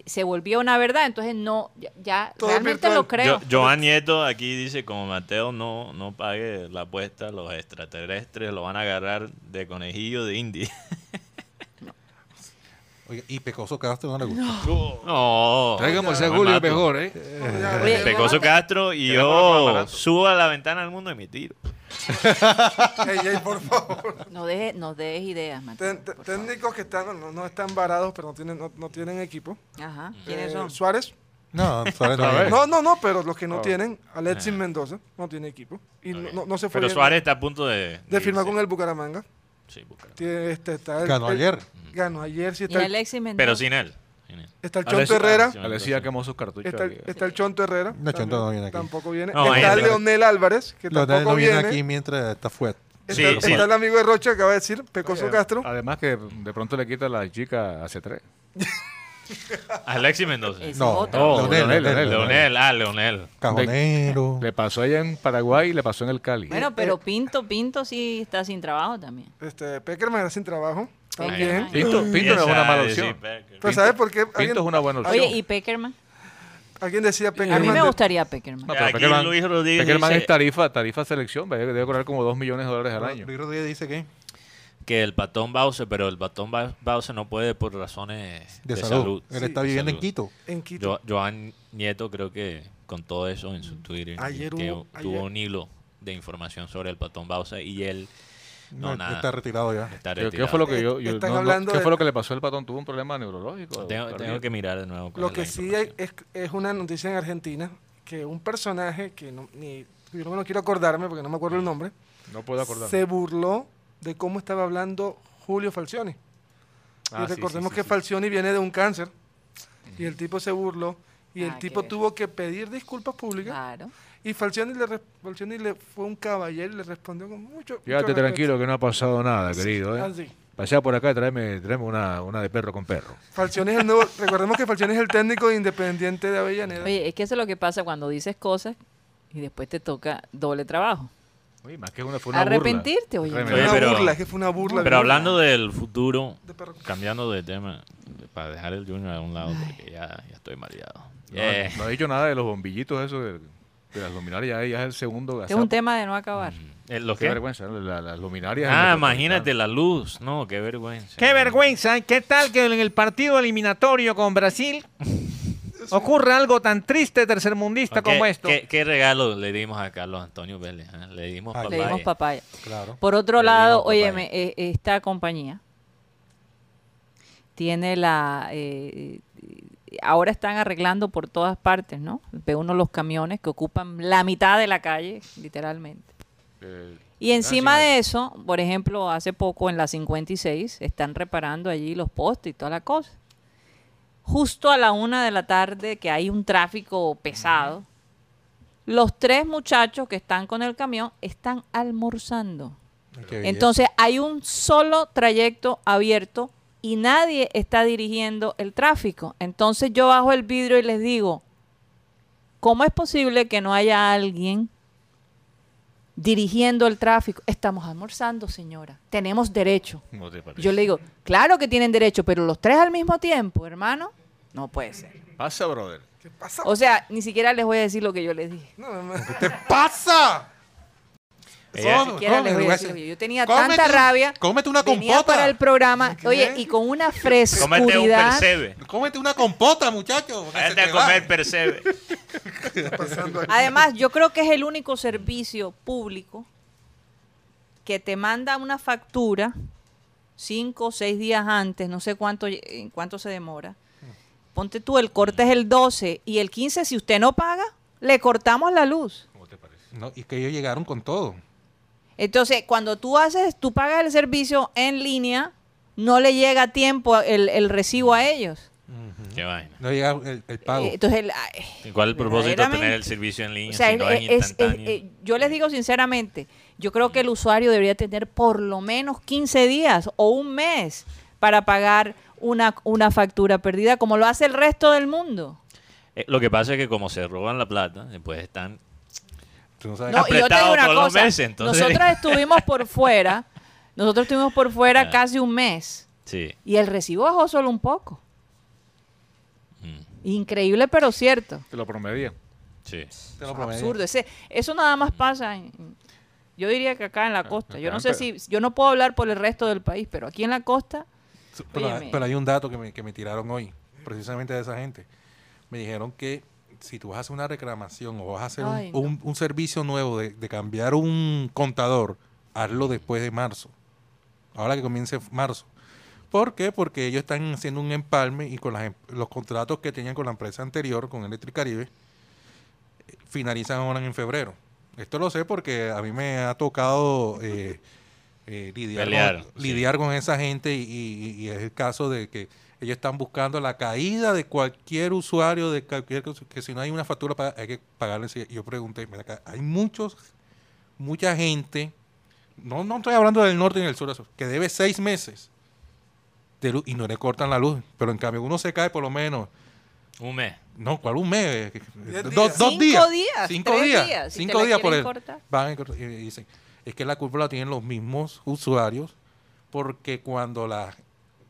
Speaker 2: se volvió una verdad, entonces no, ya, ya
Speaker 5: Todo
Speaker 2: realmente
Speaker 5: virtual.
Speaker 2: lo creo.
Speaker 4: Yo- Joan Nieto aquí dice, como Mateo no, no pague la apuesta, los extraterrestres lo van a agarrar de conejillo de India.
Speaker 3: Oiga, y Pecoso Castro no le gusta.
Speaker 4: No.
Speaker 6: Traigan Moisés
Speaker 4: Me
Speaker 6: Julio
Speaker 4: mato.
Speaker 6: mejor, ¿eh?
Speaker 2: Oye,
Speaker 4: Pecoso Castro y
Speaker 6: Tenemos otro
Speaker 4: yo
Speaker 6: aparato.
Speaker 4: subo a la ventana del mundo y me tiro.
Speaker 5: Ey, ey, por favor.
Speaker 2: No dejes no dejes ideas, Mateo.
Speaker 5: Ten- te- técnicos que están, no, no están varados, pero no tienen, no, no tienen equipo.
Speaker 2: Ajá. ¿Quiénes
Speaker 5: Eh,
Speaker 2: son?
Speaker 5: Suárez.
Speaker 3: No, Suárez
Speaker 6: A
Speaker 4: Eh.
Speaker 6: ver.
Speaker 3: no.
Speaker 5: No, no, no, pero los que no
Speaker 4: Oh.
Speaker 6: Ah.
Speaker 5: tienen, Alexis Mendoza no tiene equipo. Y no- no, no se fue.
Speaker 4: Pero
Speaker 5: bien
Speaker 4: Suárez está a punto de.
Speaker 5: De firmar
Speaker 4: irse.
Speaker 5: con el Bucaramanga.
Speaker 4: Sí, Bucaramanga.
Speaker 5: Tiene- este, está el-
Speaker 3: Ganó
Speaker 5: el-
Speaker 3: ayer.
Speaker 5: Ganó ayer, sí
Speaker 2: Y
Speaker 5: está, el-
Speaker 2: Alexis Mendoza.
Speaker 4: Pero sin él. Sin él.
Speaker 5: está el
Speaker 6: Alexis-
Speaker 5: Chonto
Speaker 4: ah,
Speaker 5: Herrera.
Speaker 6: Alexis ya quemó sus cartuchos.
Speaker 5: Está,
Speaker 6: aquí.
Speaker 5: el- está el Chonto Herrera.
Speaker 3: No, Chonto
Speaker 5: también-
Speaker 3: no viene aquí.
Speaker 5: Tampoco viene.
Speaker 4: No,
Speaker 5: está
Speaker 4: imagínate.
Speaker 5: Leonel Álvarez, que
Speaker 3: Los
Speaker 5: tampoco
Speaker 3: no
Speaker 5: viene.
Speaker 3: vienen aquí mientras está fuera.
Speaker 5: Está,
Speaker 4: Sí, sí.
Speaker 5: está el amigo de Rocha, acaba de decir, Pecoso Castro.
Speaker 6: Además que de pronto le quita la chica hacia tres.
Speaker 4: Alexis Mendoza.
Speaker 2: Ese
Speaker 3: No,
Speaker 2: otro.
Speaker 4: No,
Speaker 3: Leonel, Leonel,
Speaker 6: Leonel,
Speaker 4: Leonel, ah, Leonel.
Speaker 3: Cajonero.
Speaker 6: Le pasó allá en Paraguay y le pasó en el Cali.
Speaker 2: Bueno,
Speaker 5: Eh,
Speaker 2: pero Pinto, Pinto sí está sin trabajo también.
Speaker 5: Este, Peckerman era sin trabajo. También.
Speaker 2: Peckerman.
Speaker 6: Pinto, Pinto no es una mala
Speaker 4: Sí,
Speaker 6: opción.
Speaker 4: Becker.
Speaker 5: Pero ¿sabes por qué?
Speaker 6: Pinto es
Speaker 5: Alguien,
Speaker 6: una buena opción.
Speaker 2: Oye, ¿y Peckerman?
Speaker 5: alguien decía
Speaker 2: A
Speaker 5: Peckerman.
Speaker 2: mí me
Speaker 5: de-
Speaker 2: gustaría Peckerman.
Speaker 6: No, pero
Speaker 4: Aquí
Speaker 6: Peckerman-
Speaker 4: Luis Rodríguez
Speaker 6: Peckerman
Speaker 4: dice-
Speaker 6: es tarifa, tarifa selección, va, debe cobrar como 2 millones de dólares al año.
Speaker 3: Luis Rodríguez dice que
Speaker 4: Que el patón Bowser, pero el patón Ba- Bowser no puede por razones
Speaker 3: de,
Speaker 4: de,
Speaker 3: salud. Él
Speaker 4: de
Speaker 3: está viviendo en
Speaker 4: salud.
Speaker 3: Quito.
Speaker 5: En
Speaker 4: Yo-
Speaker 5: Quito.
Speaker 4: Joan Nieto creo que con todo eso en su Twitter
Speaker 5: Ayer
Speaker 4: que
Speaker 5: hubo-
Speaker 4: tuvo
Speaker 5: ayer-
Speaker 4: un hilo de información sobre el patón Bowser y él no,
Speaker 3: No,
Speaker 4: nada.
Speaker 3: está retirado ya.
Speaker 4: está
Speaker 6: Pero, ¿Qué
Speaker 4: retirado.
Speaker 6: fue lo que yo, yo-
Speaker 5: Están
Speaker 6: no- no-
Speaker 5: hablando
Speaker 6: ¿Qué
Speaker 5: de-
Speaker 6: fue lo que le pasó al patón? ¿Tuvo un problema neurológico?
Speaker 4: tengo, tengo que mirar de nuevo. cuál
Speaker 5: Lo
Speaker 4: es
Speaker 5: que
Speaker 4: la
Speaker 5: sí hay
Speaker 4: información.
Speaker 5: es, es una noticia en Argentina que un personaje que no, ni, yo no quiero acordarme porque no me acuerdo el nombre,
Speaker 6: No puedo acordar.
Speaker 5: se burló de cómo estaba hablando Julio Falcioni.
Speaker 6: Ah,
Speaker 5: y
Speaker 6: sí,
Speaker 5: recordemos
Speaker 6: sí, sí,
Speaker 5: que
Speaker 6: sí.
Speaker 5: Falcioni viene de un cáncer y el tipo se burló y
Speaker 2: Ah,
Speaker 5: el
Speaker 2: qué Ah.
Speaker 5: tipo
Speaker 2: ver.
Speaker 5: tuvo que pedir disculpas públicas
Speaker 2: Claro.
Speaker 5: y Falcioni le, res- Falcioni le fue un caballero y le respondió con mucho mucho
Speaker 6: Fíjate
Speaker 5: respeto. Ah,
Speaker 6: tranquilo que no ha pasado nada, querido. ¿eh?
Speaker 5: Así.
Speaker 6: Pasá por acá, tráeme, tráeme una, una de perro con perro.
Speaker 5: Falcioni es el nuevo, recordemos que Falcioni es el técnico de independiente de Avellaneda.
Speaker 2: Oye, es que eso es lo que pasa cuando dices cosas y después te toca doble trabajo.
Speaker 6: Uy, más que una, fue una
Speaker 2: Arrepentirte,
Speaker 6: burla.
Speaker 2: oye.
Speaker 5: Fue
Speaker 4: Oye,
Speaker 5: una
Speaker 4: pero-
Speaker 5: burla, es que fue una burla.
Speaker 4: Pero hablando del futuro,
Speaker 5: De perro.
Speaker 4: cambiando de tema, para dejar el Junior a un lado, porque ya, ya estoy mareado.
Speaker 6: No,
Speaker 4: Eh,
Speaker 6: no ha dicho nada de los bombillitos esos de, de las luminarias, ya, ya es el segundo
Speaker 2: Es un
Speaker 6: gazapo.
Speaker 2: tema de no acabar.
Speaker 4: eh, ¿Lo
Speaker 6: Qué
Speaker 4: qué?
Speaker 6: vergüenza, ¿no? La- las luminarias.
Speaker 4: Ah,
Speaker 6: del
Speaker 4: imagínate la luz. No, qué vergüenza.
Speaker 8: Qué vergüenza, ¿qué tal que en el partido eliminatorio con Brasil ocurra algo tan triste tercermundista
Speaker 4: ¿Qué-
Speaker 8: como esto?
Speaker 4: ¿qué, qué regalo le dimos a Carlos Antonio Vélez? ah? Le dimos
Speaker 3: Ah,
Speaker 4: papaya.
Speaker 2: Le dimos papaya.
Speaker 3: Claro.
Speaker 2: Por otro
Speaker 4: Le
Speaker 2: lado,
Speaker 4: dimos papaya.
Speaker 2: óyeme, eh, esta compañía tiene la... eh, eh, ahora están arreglando por todas partes, ¿no? Ve uno los camiones que ocupan la mitad de la calle, literalmente.
Speaker 6: partido. Eh,
Speaker 2: Y encima
Speaker 6: encima de-
Speaker 2: de eso, por ejemplo, hace poco en la 56 están reparando allí los postes y toda la cosa. Justo a la una de la tarde, que hay un tráfico pesado, los tres muchachos que están con el camión están almorzando.
Speaker 3: Qué belleza.
Speaker 2: Entonces hay un solo trayecto abierto y nadie está dirigiendo el tráfico. Entonces yo bajo el vidrio y les digo, ¿cómo es posible que no haya alguien dirigiendo el tráfico? Estamos almorzando, señora. Tenemos derecho.
Speaker 6: ¿cómo te parece?
Speaker 2: Yo le digo, claro que tienen derecho, pero los tres al mismo tiempo, hermano, no puede ser.
Speaker 6: Pasa, brother.
Speaker 5: ¿Qué pasa?
Speaker 2: O sea, ni siquiera les voy a decir lo que yo les dije.
Speaker 5: No, no, no.
Speaker 3: ¿Qué pasa?
Speaker 4: Ella-
Speaker 2: Ni siquiera les voy a decir lo que yo. Yo tenía tanta
Speaker 3: Cómete-
Speaker 2: rabia.
Speaker 3: cómete una
Speaker 2: venía
Speaker 3: compota.
Speaker 2: para el programa. Oye, y con una
Speaker 4: Cómete un
Speaker 2: frescuridad.
Speaker 4: percebe.
Speaker 3: Cómete una compota, muchacho. porque se
Speaker 4: Váyate
Speaker 3: te
Speaker 4: a
Speaker 3: va.
Speaker 4: comer percebe.
Speaker 2: Además, yo creo que es el único servicio público que te manda una factura cinco o seis días antes, no sé cuánto, lle- en cuánto se demora. Ponte tú, el corte es el 12 y el 15, si usted no paga, le cortamos la luz.
Speaker 3: No, y que ellos llegaron con todo.
Speaker 2: Entonces, cuando tú haces, tú pagas el servicio en línea, no le llega a tiempo el, el recibo a ellos.
Speaker 4: Qué vaina.
Speaker 3: No llega el, el pago.
Speaker 2: Eh, Entonces, el- ay,
Speaker 4: ¿Y ¿Cuál es el propósito de tener
Speaker 2: Verdaderamente.
Speaker 4: el servicio en línea
Speaker 2: O sea,
Speaker 4: si no es,
Speaker 2: es- es- es-
Speaker 4: instantáneo?
Speaker 2: eh, yo les digo sinceramente, yo creo que el usuario debería tener por lo menos 15 días o un mes para pagar una, una factura perdida, como lo hace el resto del mundo.
Speaker 4: Eh, lo que pasa es que como se roban la plata, después están...
Speaker 3: Tú no sabes.
Speaker 2: No, y yo te digo
Speaker 4: apretado
Speaker 2: una
Speaker 4: todos los
Speaker 2: cosa,
Speaker 4: meses, entonces-
Speaker 2: nosotros estuvimos por fuera, nosotros estuvimos por fuera
Speaker 4: Ah.
Speaker 2: casi un mes
Speaker 4: Sí.
Speaker 2: y el recibo bajó solo un poco.
Speaker 4: Mm,
Speaker 2: Increíble, pero cierto.
Speaker 6: Te lo promedian.
Speaker 4: sí.
Speaker 3: Te lo prometo.
Speaker 2: Absurdo. Ese, eso nada más pasa, en- en- yo diría que acá en la costa. Yo
Speaker 6: Ah, acá
Speaker 2: no
Speaker 6: en
Speaker 2: sé si,
Speaker 6: Pe-
Speaker 2: yo no puedo hablar por el resto del país, pero aquí en la costa
Speaker 3: Su- Pero,
Speaker 2: Óyeme.
Speaker 3: pero hay un dato que me, que me tiraron hoy, precisamente de esa gente. Me dijeron que si tú vas a hacer una reclamación o vas a hacer un,
Speaker 2: Ay, no.
Speaker 3: un- un servicio nuevo de, de cambiar un contador, hazlo después de marzo. Ahora que comience marzo. ¿Por qué? Porque ellos están haciendo un empalme y con las em- los contratos que tenían con la empresa anterior, con Electric Caribe, eh, finalizan ahora en febrero. Esto lo sé porque a mí me ha tocado eh, eh, lidiar,
Speaker 4: Pelear,
Speaker 3: con,
Speaker 4: sí.
Speaker 3: lidiar con esa gente y, y- y es el caso de que ellos están buscando la caída de cualquier usuario, de cualquier cosa, que si no hay una factura pa- hay que pagarle. enseguida. Yo pregunté, "Ven acá, hay muchos, mucha gente, no, no estoy hablando del norte ni del sur, que debe seis meses de luz y no le cortan la luz, pero en cambio uno se cae por lo menos
Speaker 4: Un mes.
Speaker 3: no, ¿cuál un mes? Eh,
Speaker 5: Diez
Speaker 3: Dos,
Speaker 5: días.
Speaker 3: dos
Speaker 2: Cinco
Speaker 3: días.
Speaker 2: días,
Speaker 3: Cinco
Speaker 2: tres
Speaker 3: días.
Speaker 2: días, si te
Speaker 3: cinco
Speaker 2: la
Speaker 3: días por
Speaker 2: quieren
Speaker 3: él.
Speaker 2: cortar.
Speaker 3: Van y cort- y dicen, es que la culpa la tienen los mismos usuarios porque cuando la,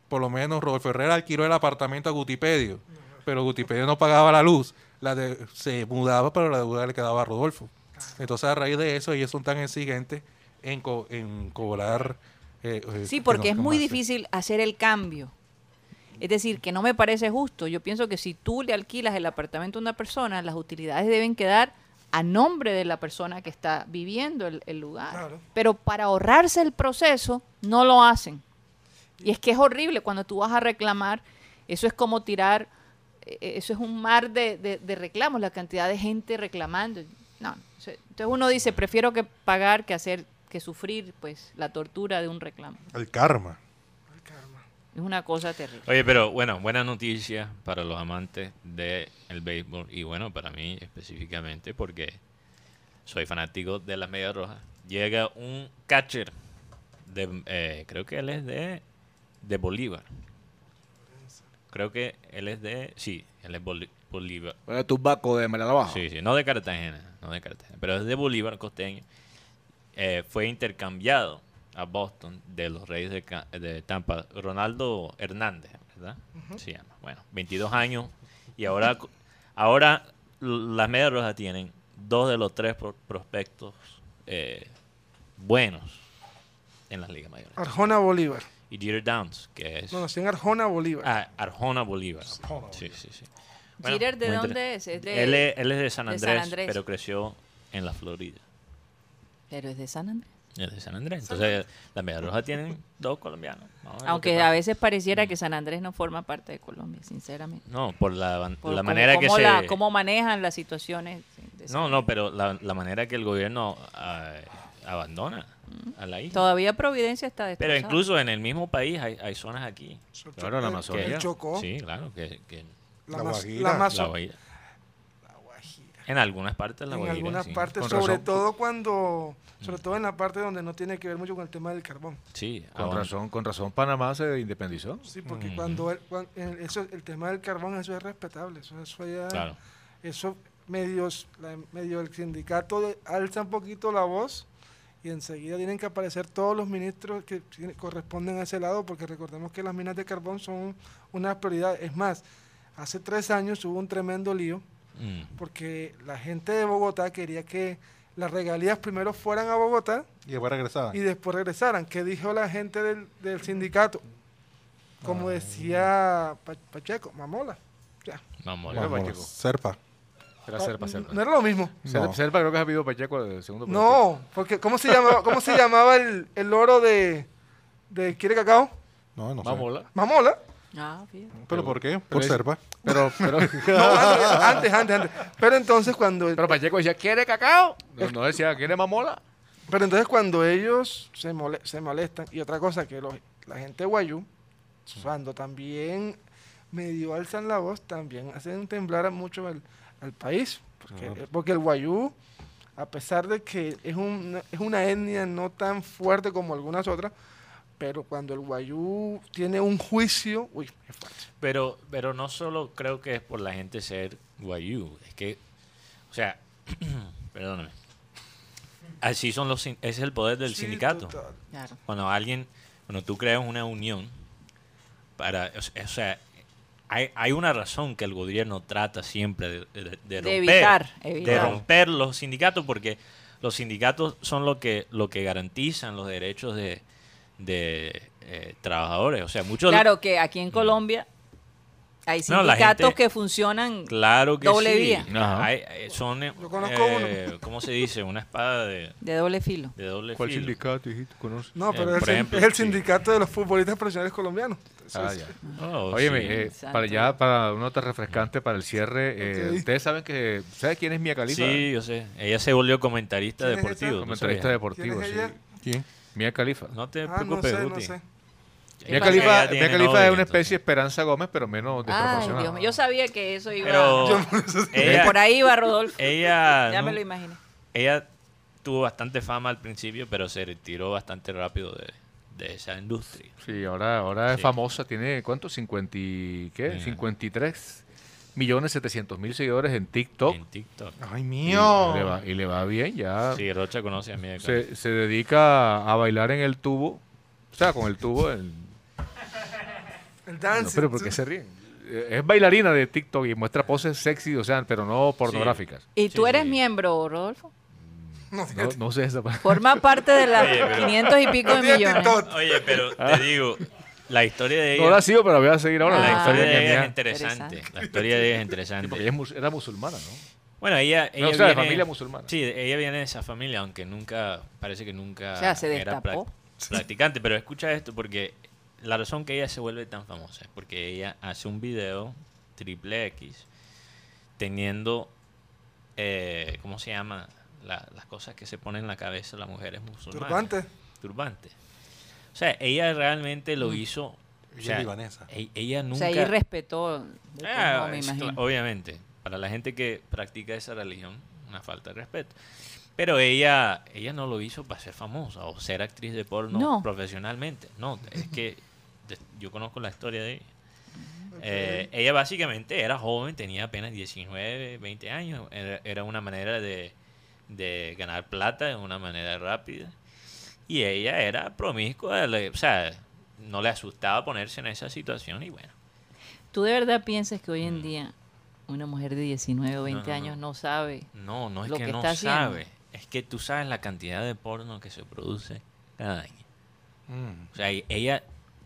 Speaker 3: por lo menos Robert Ferrer alquiló el apartamento a Gutipedio, pero Gutipedio no pagaba la luz, la de- se mudaba, pero la deuda le quedaba a Rodolfo. Entonces a raíz de eso ellos son tan exigentes en, co- en cobrar. eh, eh,
Speaker 2: Sí,
Speaker 3: que
Speaker 2: porque
Speaker 3: no-
Speaker 2: es
Speaker 3: que
Speaker 2: muy
Speaker 3: más, eh.
Speaker 2: difícil hacer el cambio. Es decir, que no me parece justo. Yo pienso que si tú le alquilas el apartamento a una persona, las utilidades deben quedar a nombre de la persona que está viviendo el, el lugar.
Speaker 5: Claro.
Speaker 2: Pero para ahorrarse el proceso, no lo hacen. Y es que es horrible cuando tú vas a reclamar, eso es como tirar, eh, eh, eso es un mar de, de- de reclamos, la cantidad de gente reclamando. No, o sea, entonces uno dice, prefiero que pagar que hacer, que sufrir pues la tortura de un reclamo.
Speaker 3: El karma.
Speaker 2: Es una cosa terrible.
Speaker 4: Oye, pero bueno, buena noticia para los amantes del béisbol y bueno, para mí específicamente porque soy fanático de las Medias Rojas. Llega un catcher, de, eh, creo que él es de, de Bolívar. Creo que él es de, sí, él es Boli- Bolívar.
Speaker 6: Bueno, tu baco de Mariana Baja.
Speaker 4: Sí, sí, no de Cartagena, no de Cartagena, pero es de Bolívar costeño. Eh, fue intercambiado a Boston de los Reyes de, Ca- de Tampa, Ronaldo Hernández, ¿verdad? Se llama. Bueno, 22 años y ahora, co- ahora l- las Medias Rojas tienen dos de los tres pro- prospectos eh, buenos en las ligas mayores.
Speaker 5: Arjona Bolívar.
Speaker 4: Y Jeter Downs, que es
Speaker 5: No, nació en Arjona Bolívar.
Speaker 4: ah, Arjona Bolívar. Sí, sí, sí.
Speaker 2: Jeter, ¿de
Speaker 4: muy
Speaker 2: dónde
Speaker 4: inter- E
Speaker 2: es? Es de-
Speaker 4: él, es, él es de San
Speaker 2: de
Speaker 4: Andrés,
Speaker 2: San Andrés.
Speaker 4: pero creció en la Florida.
Speaker 2: Pero es de San Andrés.
Speaker 4: Él es de San Andrés. Entonces, las Medias Rojas tienen dos colombianos. Vamos a ver lo que
Speaker 2: Aunque
Speaker 4: pasa.
Speaker 2: a veces
Speaker 4: Mm.
Speaker 2: pareciera que San Andrés no forma parte de Colombia, sinceramente.
Speaker 4: No, por la, ban-
Speaker 2: Por
Speaker 4: la
Speaker 2: cómo-
Speaker 4: manera que
Speaker 2: cómo
Speaker 4: se...
Speaker 2: la- cómo manejan las situaciones. de San-
Speaker 4: no, no, pero la, la manera que el gobierno ah, abandona
Speaker 2: Mm.
Speaker 4: a la isla.
Speaker 2: Todavía Providencia está
Speaker 4: Pero
Speaker 2: destrozada.
Speaker 4: incluso en el mismo país hay, hay zonas aquí.
Speaker 5: Eso
Speaker 6: Claro, la
Speaker 5: el-
Speaker 6: Amazonía.
Speaker 5: El eh, Chocó.
Speaker 4: Sí, claro, que... que
Speaker 5: La,
Speaker 3: La
Speaker 5: Mas-
Speaker 3: Guajira.
Speaker 5: la Amazo-
Speaker 4: la Guajira. En algunas partes la
Speaker 5: en
Speaker 4: Guajira,
Speaker 5: algunas
Speaker 4: sí.
Speaker 5: partes,
Speaker 6: Con
Speaker 5: sobre
Speaker 6: razón.
Speaker 5: todo cuando, sobre todo en la parte donde no tiene que ver mucho con el tema del carbón.
Speaker 4: Sí,
Speaker 6: Con
Speaker 4: aún-
Speaker 6: razón, con razón Panamá se independizó.
Speaker 5: Sí, porque
Speaker 4: Ujú.
Speaker 5: cuando, el, cuan- el- eso, el tema del carbón, eso es respetable, eso, eso ya,
Speaker 4: Claro.
Speaker 5: eso medios, la- medio el sindicato de- alza un poquito la voz y enseguida tienen que aparecer todos los ministros que tiene- corresponden a ese lado, porque recordemos que las minas de carbón son una prioridad. Es más, hace tres años hubo un tremendo lío
Speaker 4: Mm.
Speaker 5: porque la gente de Bogotá quería que las regalías primero fueran a Bogotá
Speaker 3: Y después regresaban.
Speaker 5: y después regresaran. ¿Qué dijo la gente del, del sindicato? Como decía Pa- Pacheco, mamola. Ya.
Speaker 4: Vamos,
Speaker 6: Bueno,
Speaker 3: Vámonos,
Speaker 6: Pacheco.
Speaker 3: Serpa.
Speaker 6: Era Serpa,
Speaker 5: No
Speaker 6: Serpa.
Speaker 5: era lo mismo.
Speaker 6: Serpa,
Speaker 3: No.
Speaker 6: Serpa creo que es Javier Pacheco del segundo. partido.
Speaker 5: No, porque ¿cómo se llamaba, cómo se llamaba el, el oro de, de Quiere Cacao?
Speaker 3: No, no sé.
Speaker 6: Vamos, hola.
Speaker 5: Mamola.
Speaker 2: Ah, fíjate.
Speaker 3: ¿Pero por qué?
Speaker 6: Pero
Speaker 3: Por
Speaker 6: es-
Speaker 3: Serpa.
Speaker 6: Pero, pero,
Speaker 5: No, antes, antes, antes, antes. Pero entonces cuando
Speaker 6: pero Pacheco decía, ¿quiere cacao? No, no decía, ¿quiere mamola?
Speaker 5: Pero entonces cuando ellos se, mole- se molestan, y otra cosa que los- la gente de guayú, cuando también medio alzan la voz, también hacen temblar a mucho al, al país. Porque,
Speaker 3: Claro.
Speaker 5: porque el guayú, a pesar de que es una, es una etnia no tan fuerte como algunas otras, pero cuando el guayú tiene un juicio, uy, es fuerte.
Speaker 4: Pero, pero no solo creo que es por la gente ser guayú, es que, o sea, perdóname, así son los, sin- ese es el poder del
Speaker 5: Sí,
Speaker 4: sindicato.
Speaker 5: total.
Speaker 2: Claro.
Speaker 4: Cuando alguien, cuando tú creas una unión, para, o se- o sea, hay, hay una razón que el gobierno trata siempre de, de- de romper,
Speaker 2: evitar,
Speaker 4: de
Speaker 2: evitar.
Speaker 4: romper los sindicatos, porque los sindicatos son lo que, lo que garantizan los derechos de, de eh, trabajadores. O sea, muchos...
Speaker 2: Claro que aquí en Colombia hay
Speaker 4: Mm. No, la
Speaker 2: sindicatos
Speaker 4: gente-
Speaker 2: que funcionan.
Speaker 4: Claro que
Speaker 2: Doble
Speaker 4: sí.
Speaker 2: vía.
Speaker 6: Ajá.
Speaker 4: Hay- eh, son, eh,
Speaker 5: Yo conozco uno.
Speaker 4: eh, ¿cómo se dice? Una espada de,
Speaker 2: De doble filo.
Speaker 4: de doble
Speaker 6: ¿Cuál
Speaker 4: filo.
Speaker 6: sindicato, hijito? ¿Conoces?
Speaker 5: No,
Speaker 4: Eh,
Speaker 5: pero
Speaker 4: por
Speaker 5: es, el-
Speaker 4: ejemplo,
Speaker 5: es el
Speaker 4: sí.
Speaker 5: sindicato de los futbolistas profesionales colombianos. Eso
Speaker 6: Ah,
Speaker 5: es-
Speaker 6: ya.
Speaker 4: Oh,
Speaker 6: Óyeme,
Speaker 4: sí.
Speaker 6: eh,
Speaker 2: Santo.
Speaker 6: para ya, para una nota refrescante para el cierre, eh,
Speaker 5: Ok.
Speaker 6: ustedes saben que, ¿sabe quién es Mia Khalifa?
Speaker 4: Sí, yo sé. Ella se volvió comentarista
Speaker 5: ¿Quién es
Speaker 4: deportivo.
Speaker 5: esa?
Speaker 4: ¿tú
Speaker 6: Comentarista
Speaker 4: sabías?
Speaker 6: deportivo,
Speaker 5: ¿Quién es
Speaker 6: sí.
Speaker 5: ella?
Speaker 6: ¿Quién? Mia Khalifa.
Speaker 4: No te
Speaker 5: Ah, no
Speaker 4: preocupes,
Speaker 5: sé, no
Speaker 4: Guti.
Speaker 5: sé.
Speaker 2: ¿Qué
Speaker 6: Mia
Speaker 2: pasa?
Speaker 6: Khalifa,
Speaker 4: Ella tiene
Speaker 6: Mia Khalifa
Speaker 4: novio,
Speaker 6: es una
Speaker 4: entonces.
Speaker 6: especie de Esperanza Gómez, pero
Speaker 2: Ay,
Speaker 6: menos desproporcionada.
Speaker 2: Dios mío. Yo sabía que eso iba.
Speaker 4: Pero ella,
Speaker 2: por ahí iba Rodolfo.
Speaker 4: ella,
Speaker 2: ya
Speaker 4: no-
Speaker 2: me lo imaginé.
Speaker 4: ella tuvo bastante fama al principio, pero se retiró bastante rápido de, de esa industria.
Speaker 6: Sí, ahora, ahora es
Speaker 4: Sí.
Speaker 6: famosa, tiene ¿cuánto? 50 y, ¿qué?
Speaker 4: Mira.
Speaker 6: 53 millones 700 mil seguidores en TikTok.
Speaker 4: En TikTok.
Speaker 3: ¡Ay,
Speaker 6: Y,
Speaker 3: mío!
Speaker 6: le va, y le va bien, ya
Speaker 4: Sí, Rocha conoce a mí.
Speaker 6: se, se dedica a bailar en el tubo, o sea, con el tubo. el-
Speaker 5: El
Speaker 6: no,
Speaker 5: dancing.
Speaker 6: pero ¿por qué se ríen? Eh, Es bailarina de TikTok y muestra poses sexy, o sea, pero no pornográficas.
Speaker 2: ¿Y tú
Speaker 4: Sí,
Speaker 2: eres
Speaker 4: sí.
Speaker 2: miembro, Rodolfo?
Speaker 5: No,
Speaker 6: No, no sé esa parte.
Speaker 2: Forma parte de las
Speaker 4: Oye, pero-
Speaker 2: 500 y pico de
Speaker 5: tiene
Speaker 2: millones.
Speaker 5: TikTok.
Speaker 4: Oye, pero te digo, la historia de ella,
Speaker 6: Ah. No la sigo, pero la voy a seguir ahora.
Speaker 2: Ah.
Speaker 4: la
Speaker 6: La
Speaker 4: historia de
Speaker 6: historia
Speaker 4: ella
Speaker 6: que
Speaker 4: es
Speaker 6: tenía.
Speaker 4: interesante. La historia de ella es interesante.
Speaker 6: Porque ella es mus- era musulmana, ¿no?
Speaker 4: Bueno, ella, ella
Speaker 6: o sea, de
Speaker 4: viene-
Speaker 6: familia musulmana.
Speaker 4: Sí, ella viene de esa familia, aunque nunca, parece que nunca
Speaker 2: O sea, se
Speaker 4: era
Speaker 2: destapó.
Speaker 4: prac- practicante. Pero escucha esto, porque la razón que ella se vuelve tan famosa es porque ella hace un video triple X teniendo, eh, ¿cómo se llama? La- las cosas que se ponen en la cabeza las mujeres musulmanas.
Speaker 5: Turbante.
Speaker 4: Turbante. O sea, ella realmente lo hizo. o
Speaker 3: Ella
Speaker 4: sea,
Speaker 3: es libanesa.
Speaker 4: e- ella nunca.
Speaker 2: O sea, ahí respetó. de todo,
Speaker 4: Ah,
Speaker 2: me
Speaker 4: es
Speaker 2: imagino.
Speaker 4: cla- obviamente, para la gente que practica esa religión, una falta de respeto. Pero ella, ella no lo hizo para ser famosa o ser actriz de porno
Speaker 2: No.
Speaker 4: profesionalmente. No, es que de- yo conozco la historia de ella. Eh, ella básicamente era joven, tenía apenas 19, 20 años. Era, era una manera de, de ganar plata de una manera rápida. Y ella era promiscua, le- o sea, no le asustaba ponerse en esa situación y bueno.
Speaker 2: ¿Tú de verdad piensas que hoy en día una mujer de 19 o 20
Speaker 4: Mm. no,
Speaker 2: años
Speaker 4: no.
Speaker 2: no sabe?
Speaker 4: No, no es
Speaker 2: lo
Speaker 4: que,
Speaker 2: que
Speaker 4: no
Speaker 2: está haciendo.
Speaker 4: sabe. Es que tú sabes la cantidad de porno que se produce cada año.
Speaker 3: Mm.
Speaker 4: O sea, y ella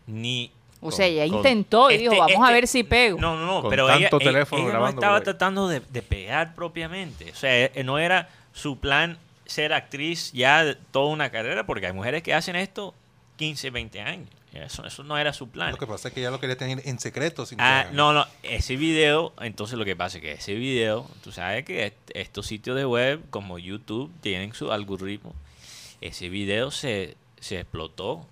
Speaker 4: ni...
Speaker 2: O sea, ella
Speaker 4: con-
Speaker 2: intentó y dijo,
Speaker 4: este-
Speaker 2: vamos a
Speaker 4: este-
Speaker 2: ver si pego.
Speaker 4: No, no, no,
Speaker 6: Con
Speaker 4: pero
Speaker 6: tanto
Speaker 4: ella, ella-
Speaker 6: teléfono
Speaker 4: ella no
Speaker 6: grabando
Speaker 4: estaba
Speaker 6: por ahí.
Speaker 4: tratando de, de pegar propiamente. O sea, eh, no era su plan ser actriz ya de toda una carrera, porque hay mujeres que hacen esto 15, 20 años. Eso, eso no era su plan.
Speaker 3: Lo que pasa es que ella lo quería tener en secreto. Sin
Speaker 4: Ah,
Speaker 3: que-
Speaker 4: no, no, ese video, entonces lo que pasa es que ese video, tú sabes que est- estos sitios de web como YouTube tienen su algoritmo. Ese video se, se explotó.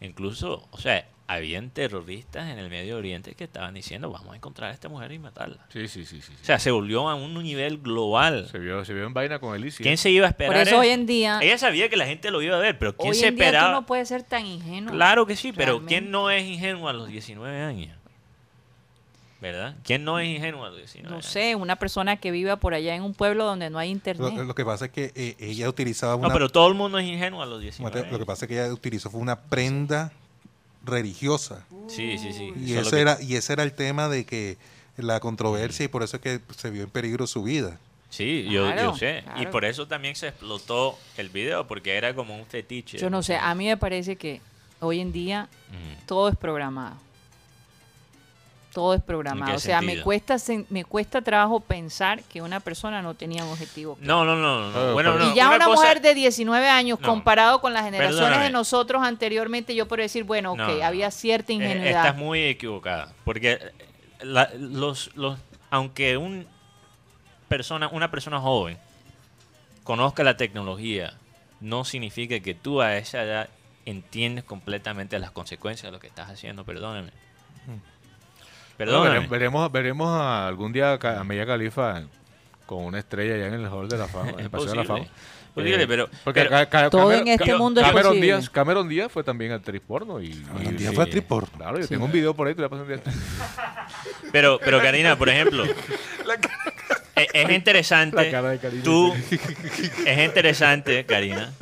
Speaker 4: Incluso, o sea, habían terroristas en el Medio Oriente que estaban diciendo, vamos a encontrar a esta mujer y matarla.
Speaker 6: Sí, sí, sí. sí, sí.
Speaker 4: O sea, se volvió a un nivel global.
Speaker 6: se, vio, se vio en vaina con eh. Alicia.
Speaker 4: ¿Quién se iba a esperar?
Speaker 2: Por eso hoy en día,
Speaker 4: Ella sabía que la gente lo iba a ver, pero ¿quién
Speaker 2: hoy
Speaker 4: se
Speaker 2: en día
Speaker 4: esperaba?
Speaker 2: tú no puedes ser tan ingenuo.
Speaker 4: Claro que sí, pero ¿quién
Speaker 2: Realmente.
Speaker 4: no es ingenuo a los 19 años? ¿Verdad? ¿Quién no es ingenuo a los 19
Speaker 2: No
Speaker 4: años?
Speaker 2: sé, una persona que viva por allá en un pueblo donde no hay
Speaker 3: Lo,
Speaker 2: internet.
Speaker 3: lo que pasa es que eh, ella utilizaba
Speaker 4: No,
Speaker 3: una...
Speaker 4: pero eh. todo el mundo es ingenuo a los
Speaker 3: como
Speaker 4: 19
Speaker 3: te- Lo que
Speaker 4: años.
Speaker 3: pasa es que ella utilizó fue una prenda religiosa.
Speaker 4: Sí, sí, sí.
Speaker 3: Y,
Speaker 4: Eso es lo
Speaker 3: eso
Speaker 4: que-
Speaker 3: era, y ese era el tema de que la controversia y por eso es que se vio en peligro su vida.
Speaker 4: Sí, yo, yo
Speaker 2: Claro,
Speaker 4: sé. Y
Speaker 2: claro.
Speaker 4: por eso también se explotó el video, porque era como un fetiche.
Speaker 2: Yo no sé, ah. a mí me parece que hoy en día
Speaker 4: Mm.
Speaker 2: todo es programado. Todo es programado.
Speaker 4: qué
Speaker 2: O sea, me
Speaker 4: sentido?
Speaker 2: cuesta, sen- me cuesta trabajo pensar que una persona no tenía un objetivo.
Speaker 4: No, no, no. no.
Speaker 6: Ah,
Speaker 4: bueno,
Speaker 6: pero-
Speaker 4: no,
Speaker 2: y ya una,
Speaker 4: cosa-
Speaker 2: mujer de 19 años,
Speaker 4: No.
Speaker 2: comparado con las generaciones de
Speaker 4: Perdóname.
Speaker 2: nosotros anteriormente, yo puedo decir, bueno, ok,
Speaker 4: No, no,
Speaker 2: había
Speaker 4: no.
Speaker 2: cierta
Speaker 4: Eh,
Speaker 2: ingenuidad.
Speaker 4: Estás muy equivocada. Porque eh, la- los, los, aunque un persona, una persona joven conozca la tecnología, no significa que tú a esa edad entiendes completamente las consecuencias de lo que estás haciendo. Perdóname.
Speaker 6: Mm. Bueno,
Speaker 4: Perdóname.
Speaker 6: vere- veremos, veremos a- algún día a Ca- a Mella Califa con una estrella allá en el Hall de la Fama, en
Speaker 4: Es
Speaker 6: el Paseo de la Fama.
Speaker 4: posible. Posible,
Speaker 6: Eh,
Speaker 4: pero-
Speaker 6: porque
Speaker 4: pero-
Speaker 6: Ca- Ca-
Speaker 2: Todo
Speaker 6: Cameron-
Speaker 2: en este
Speaker 6: Ca-
Speaker 2: mundo es
Speaker 6: Cameron
Speaker 2: posible.
Speaker 6: Díaz, Cameron Díaz fue también actriz porno y, y-
Speaker 3: día
Speaker 6: sí. eh,
Speaker 3: fue actriz porno.
Speaker 6: Claro, yo tengo un video por ahí, te la paso un día.
Speaker 4: Pero, pero Karina, por ejemplo, e- es,
Speaker 6: La
Speaker 4: interesante.
Speaker 6: cara de Karina.
Speaker 4: Tú, es interesante, Karina,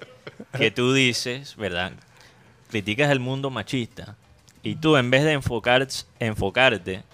Speaker 4: que tú dices, ¿verdad? Criticas el mundo machista y tú, en vez de enfocar, enfocarte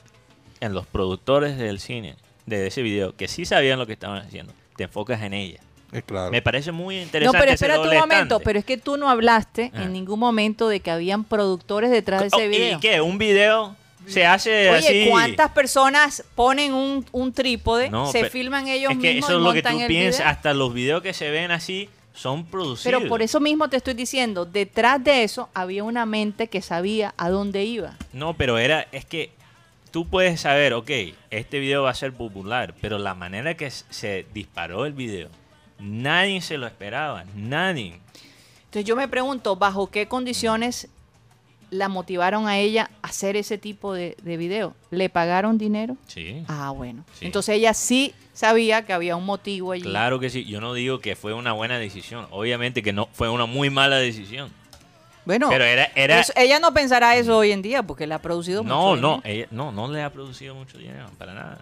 Speaker 4: en los productores del cine, de ese video, que sí sabían lo que estaban haciendo, te enfocas en ella.
Speaker 3: Eh, claro.
Speaker 4: Me parece muy
Speaker 2: No,
Speaker 4: interesante.
Speaker 2: pero
Speaker 4: ese
Speaker 2: espérate un
Speaker 4: doble
Speaker 2: momento,
Speaker 4: estándar.
Speaker 2: pero es que tú no hablaste
Speaker 4: Ah.
Speaker 2: en ningún momento de que habían productores detrás de ese
Speaker 4: Oh,
Speaker 2: video.
Speaker 4: ¿Y qué? ¿Un video se hace
Speaker 2: Oye,
Speaker 4: así?
Speaker 2: ¿cuántas personas ponen un, un trípode,
Speaker 4: No,
Speaker 2: se
Speaker 4: pero-
Speaker 2: filman ellos
Speaker 4: es que
Speaker 2: mismos
Speaker 4: eso es
Speaker 2: y
Speaker 4: lo que
Speaker 2: montan
Speaker 4: tú
Speaker 2: el
Speaker 4: piensas.
Speaker 2: video?
Speaker 4: Hasta los videos que se ven así son producidos.
Speaker 2: Pero por eso mismo te estoy diciendo, detrás de eso había una mente que sabía a dónde iba.
Speaker 4: No, pero era, es que tú puedes saber, ok, este video va a ser popular, pero la manera que s- se disparó el video, nadie se lo esperaba, nadie.
Speaker 2: Entonces yo me pregunto, ¿bajo qué condiciones la motivaron a ella a hacer ese tipo de, de video? ¿Le pagaron dinero?
Speaker 4: Sí.
Speaker 2: Ah, bueno.
Speaker 4: Sí.
Speaker 2: Entonces ella sí sabía que había un motivo allí.
Speaker 4: Claro que sí, yo no digo que fue una buena decisión, obviamente que no fue una muy mala decisión.
Speaker 2: Bueno,
Speaker 4: Pero era- era- Mm.
Speaker 2: eso- ella no pensará eso hoy en día porque la ha producido mucho
Speaker 4: No,
Speaker 2: ¿eh?
Speaker 4: no,
Speaker 2: dinero.
Speaker 4: ella- no, no le ha producido mucho dinero, para nada.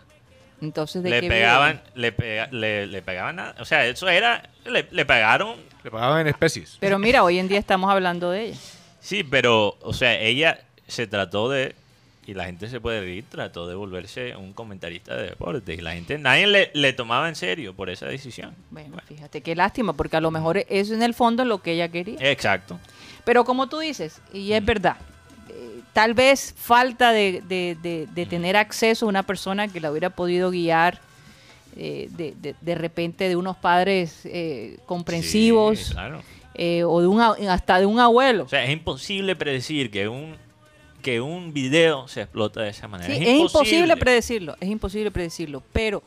Speaker 2: Entonces, ¿de
Speaker 4: Le
Speaker 2: qué
Speaker 4: pegaban,
Speaker 2: vive?
Speaker 4: le, pega- le, le pegaban nada, o sea, eso era, le, le pagaron
Speaker 6: Le pagaban en especies.
Speaker 2: Pero mira, hoy en día estamos hablando de ella.
Speaker 4: Sí, pero, o sea, ella se trató de, y la gente se puede reír, trató de volverse un comentarista de deporte. Y la gente, nadie le, le tomaba en serio por esa decisión.
Speaker 2: Bueno, fíjate, qué lástima, porque a lo mejor eso en el fondo es lo que ella quería.
Speaker 4: Exacto.
Speaker 2: Pero como tú dices, y
Speaker 4: Mm.
Speaker 2: es verdad, eh, tal vez falta de, de- de- de
Speaker 4: Mm.
Speaker 2: tener acceso a una persona que la hubiera podido guiar eh, de, de- de repente de unos padres eh, comprensivos
Speaker 4: Sí, claro.
Speaker 2: eh, o de un, a- hasta de un abuelo.
Speaker 4: O sea, es imposible predecir que un, que un video se explota de esa manera.
Speaker 2: Sí, es imposible predecirlo, es imposible predecirlo, pero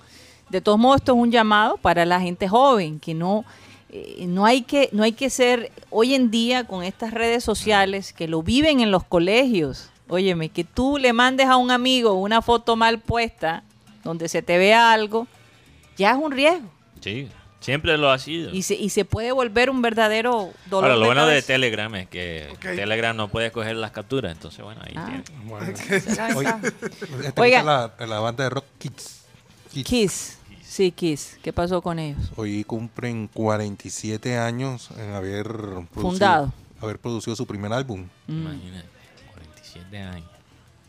Speaker 2: de todos modos esto es un llamado para la gente joven que no eh, no hay que no hay que ser hoy en día con estas redes sociales que lo viven en los colegios. Óyeme, que tú le mandes a un amigo una foto mal puesta donde se te vea algo, ya es un riesgo
Speaker 4: Sí, siempre lo ha sido.
Speaker 2: y se, y se puede volver un verdadero dolor
Speaker 4: Ahora,
Speaker 2: de
Speaker 4: lo bueno de
Speaker 2: cabeza.
Speaker 4: Telegram es que Telegram no puede coger las capturas, entonces, bueno, ahí
Speaker 2: Ah.
Speaker 4: tiene.
Speaker 3: Bueno.
Speaker 2: Esa es la ventaja.
Speaker 3: Oye, ¿te
Speaker 2: Oiga.
Speaker 3: este gusta la, la banda de rock Kids? Kids.
Speaker 2: Kiss. Sí, Kiss. ¿Qué pasó con ellos?
Speaker 3: Hoy cumplen 47 años en haber producido,
Speaker 2: Fundado.
Speaker 3: haber producido su primer álbum.
Speaker 2: Mm.
Speaker 4: Imagínate, 47 años.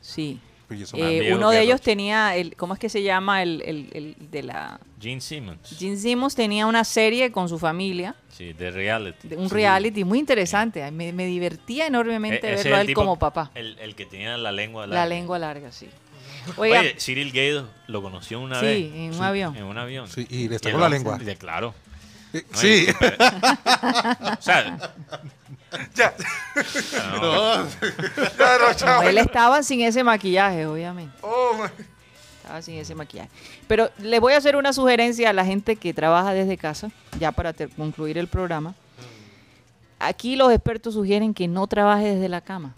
Speaker 2: Sí.
Speaker 3: Pues eso
Speaker 2: Eh,
Speaker 4: viejo
Speaker 2: uno de
Speaker 4: que
Speaker 2: ellos
Speaker 4: Roche.
Speaker 2: tenía el, ¿cómo es que se llama? El, el- el de la
Speaker 4: Gene Simmons.
Speaker 2: Gene Simmons tenía una serie con su familia,
Speaker 4: Sí, de reality.
Speaker 2: de un reality muy interesante. Ay, Me, me divertía enormemente
Speaker 4: E- ese
Speaker 2: verlo
Speaker 4: es
Speaker 2: a
Speaker 4: el
Speaker 2: él
Speaker 4: tipo-
Speaker 2: como papá.
Speaker 4: El, el que tenía la lengua
Speaker 2: La
Speaker 4: larga.
Speaker 2: lengua larga, sí. Oiga,
Speaker 4: Oye, Cyril Gaido lo conoció una
Speaker 2: Sí,
Speaker 4: vez.
Speaker 2: en un avión.
Speaker 4: En un avión.
Speaker 3: Sí, y le
Speaker 4: el
Speaker 3: sacó la
Speaker 4: hombre-
Speaker 3: lengua.
Speaker 4: de- claro.
Speaker 3: Eh,
Speaker 4: No,
Speaker 3: Sí,
Speaker 4: y- pero- o sea,
Speaker 5: Ya.
Speaker 4: no,
Speaker 5: Claro,
Speaker 2: no,
Speaker 5: chao.
Speaker 2: él estaba sin ese maquillaje, obviamente.
Speaker 5: Oh, my-
Speaker 2: Estaba sin ese maquillaje. Pero le voy a hacer una sugerencia a la gente que trabaja desde casa, ya para ter- concluir el programa. Aquí los expertos sugieren que no trabaje desde la cama.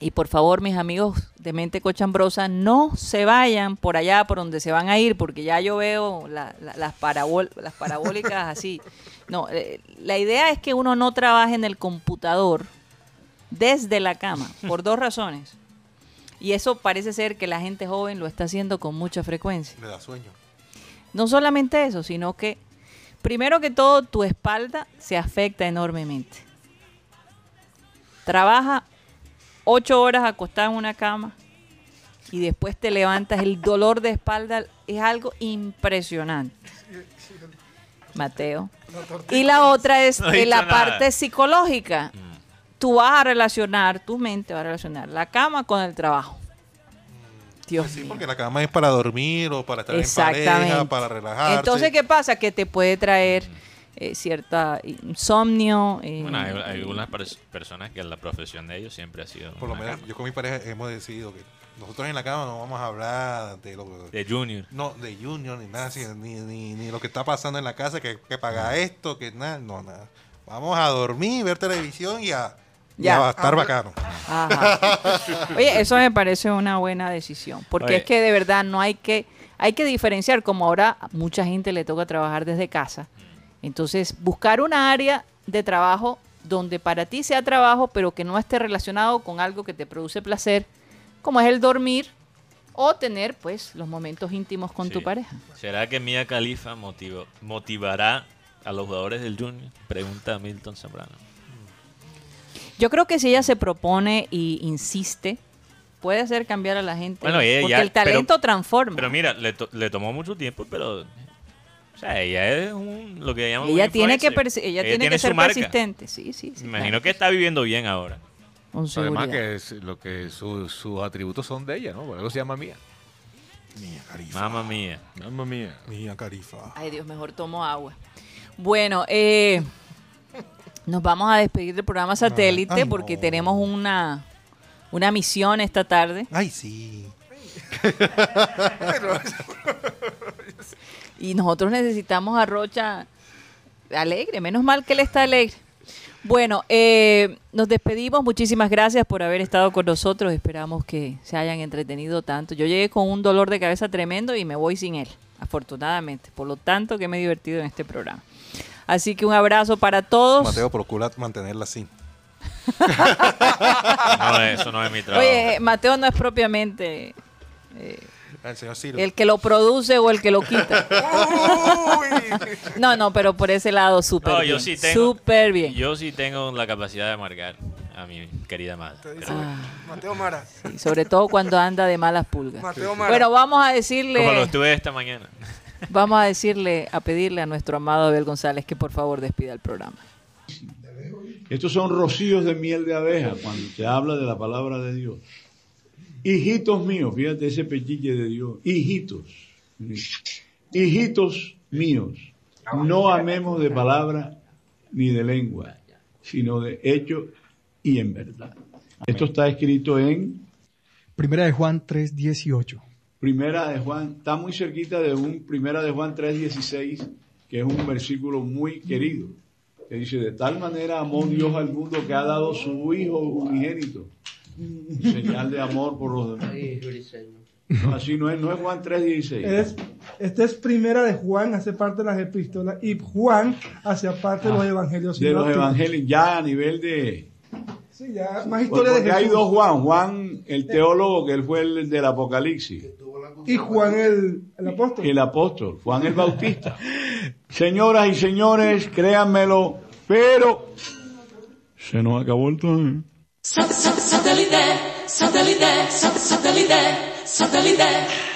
Speaker 2: Y por favor, mis amigos de Mente Cochambrosa, no se vayan por allá por donde se van a ir, porque ya yo veo la- la- las, parabol- las parabólicas así. No, eh, la idea es que uno no trabaje en el computador desde la cama, por dos razones. Y eso parece ser que la gente joven lo está haciendo con mucha frecuencia.
Speaker 3: le da sueño.
Speaker 2: No solamente eso, sino que, primero que todo, tu espalda se afecta enormemente. Trabaja ocho horas acostado en una cama y después te levantas. El dolor de espalda es algo impresionante. Mateo. Y la otra es
Speaker 4: No he
Speaker 2: eh,
Speaker 4: dicho
Speaker 2: la
Speaker 4: nada.
Speaker 2: parte psicológica. Tú vas a relacionar, tu mente va a relacionar la cama con el trabajo. Dios
Speaker 3: Mm. Sí,
Speaker 2: mío.
Speaker 3: porque la cama es para dormir o para estar en
Speaker 2: Exactamente.
Speaker 3: pareja, para relajarse.
Speaker 2: Entonces, ¿qué pasa? Que te puede traer eh, cierta insomnio. eh,
Speaker 4: bueno, hay, hay
Speaker 2: eh,
Speaker 4: algunas pers- personas que la profesión de ellos siempre ha sido.
Speaker 3: Por lo
Speaker 4: una-
Speaker 3: menos yo con mi pareja hemos decidido que nosotros en la cama no vamos a hablar de lo
Speaker 4: De Junior.
Speaker 3: no, de Junior, ni nada, así, ni, ni, ni lo que está pasando en la casa, que, que paga esto, que nada, no, nada. Vamos a dormir, ver televisión y a, y
Speaker 2: Ya. Ah.
Speaker 3: a estar bacano.
Speaker 2: ajá. Oye, eso me parece una buena decisión. Porque
Speaker 4: Oye.
Speaker 2: es que de verdad no hay que, hay que diferenciar, como ahora a mucha gente le toca trabajar desde casa. Entonces, buscar una área de trabajo donde para ti sea trabajo, pero que no esté relacionado con algo que te produce placer, como es el dormir o tener pues los momentos íntimos con tu
Speaker 4: Sí.
Speaker 2: pareja.
Speaker 4: ¿Será que Mia Khalifa motivó- motivará a los jugadores del Junior? Pregunta Milton Zambrano.
Speaker 2: Yo creo que si ella se propone y insiste, puede hacer cambiar a la gente.
Speaker 4: Bueno, ella
Speaker 2: porque
Speaker 4: ya-
Speaker 2: el talento
Speaker 4: pero-
Speaker 2: transforma.
Speaker 4: Pero mira, le, to- le tomó mucho tiempo, pero O sea, ella es un, lo que llaman un
Speaker 2: Ella tiene que,
Speaker 4: influencer.
Speaker 2: persi- ella tiene que
Speaker 4: su
Speaker 2: ser
Speaker 4: marca.
Speaker 2: persistente. Sí, sí. sí,
Speaker 4: Me imagino
Speaker 2: claro.
Speaker 4: que está viviendo bien ahora.
Speaker 2: Con seguridad.
Speaker 6: Además que es lo que su- sus atributos son de ella, ¿no? Por algo se llama mía.
Speaker 1: Mía Carifa.
Speaker 4: Mamma mía.
Speaker 6: Mamma mía.
Speaker 1: Mía Carifa.
Speaker 2: Ay, Dios, mejor tomo agua. Bueno, eh, nos vamos a despedir del programa satélite
Speaker 3: ay,
Speaker 2: porque
Speaker 3: no.
Speaker 2: tenemos una, una misión esta tarde.
Speaker 3: Ay, sí.
Speaker 2: Y nosotros necesitamos a Rocha alegre, menos mal que él está alegre. Bueno, eh, nos despedimos, muchísimas gracias por haber estado con nosotros, esperamos que se hayan entretenido tanto. Yo llegué con un dolor de cabeza tremendo y me voy sin él, afortunadamente, por lo tanto que me he divertido en este programa. Así que un abrazo para todos.
Speaker 3: Mateo, procura mantenerla así.
Speaker 4: No, eso no es mi trabajo.
Speaker 2: Oye, eh, Mateo no es propiamente eh,
Speaker 3: El señor Silva.
Speaker 2: el que lo produce o el que lo quita.
Speaker 5: Uy.
Speaker 2: No, no, pero por ese lado súper
Speaker 4: No,
Speaker 2: bien.
Speaker 4: yo sí tengo-
Speaker 2: Súper bien.
Speaker 4: Yo sí tengo la capacidad de marcar a mi querida madre.
Speaker 5: Te dice,
Speaker 4: Pero
Speaker 5: Mateo Mara.
Speaker 2: Sí, sobre todo cuando anda de malas pulgas.
Speaker 5: Mateo Mara.
Speaker 2: Bueno, vamos a
Speaker 4: Como lo
Speaker 2: decirle,
Speaker 4: estuve esta mañana.
Speaker 2: vamos a decirle, a pedirle a nuestro amado Abel González que por favor despida el programa.
Speaker 9: Estos son rocíos de miel de abeja cuando se habla de la palabra de Dios. Hijitos míos, fíjate ese pechiche de Dios. Hijitos. Hijitos míos, no amemos de palabra ni de lengua, sino de hecho y en verdad. Esto está escrito en
Speaker 10: Primera de Juan 3:18.
Speaker 9: Primera de Juan, está muy cerquita de un Primera de Juan 3:16, que es un versículo muy querido, que dice, de tal manera amó Dios al mundo que ha dado su Hijo unigénito, señal de amor por los demás. No, así no es, no es Juan 3:16.
Speaker 10: Es, esta es primera de Juan, hace parte de las epístolas, y Juan hace parte de los evangelios.
Speaker 9: De los
Speaker 10: sinópticos.
Speaker 9: evangelios, ya a nivel de...
Speaker 10: Sí, ya, más historia de
Speaker 9: Porque hay
Speaker 10: Jesús. Eh.
Speaker 9: dos Juan, Juan el teólogo, que él fue el del Apocalipsis.
Speaker 10: Y Juan el, el apóstol.
Speaker 9: El apóstol, Juan el Bautista. Señoras y señores, créanmelo, pero se nos acabó el time.
Speaker 11: Sat- sat- Satellite, satellite, sat- satellite, satellite.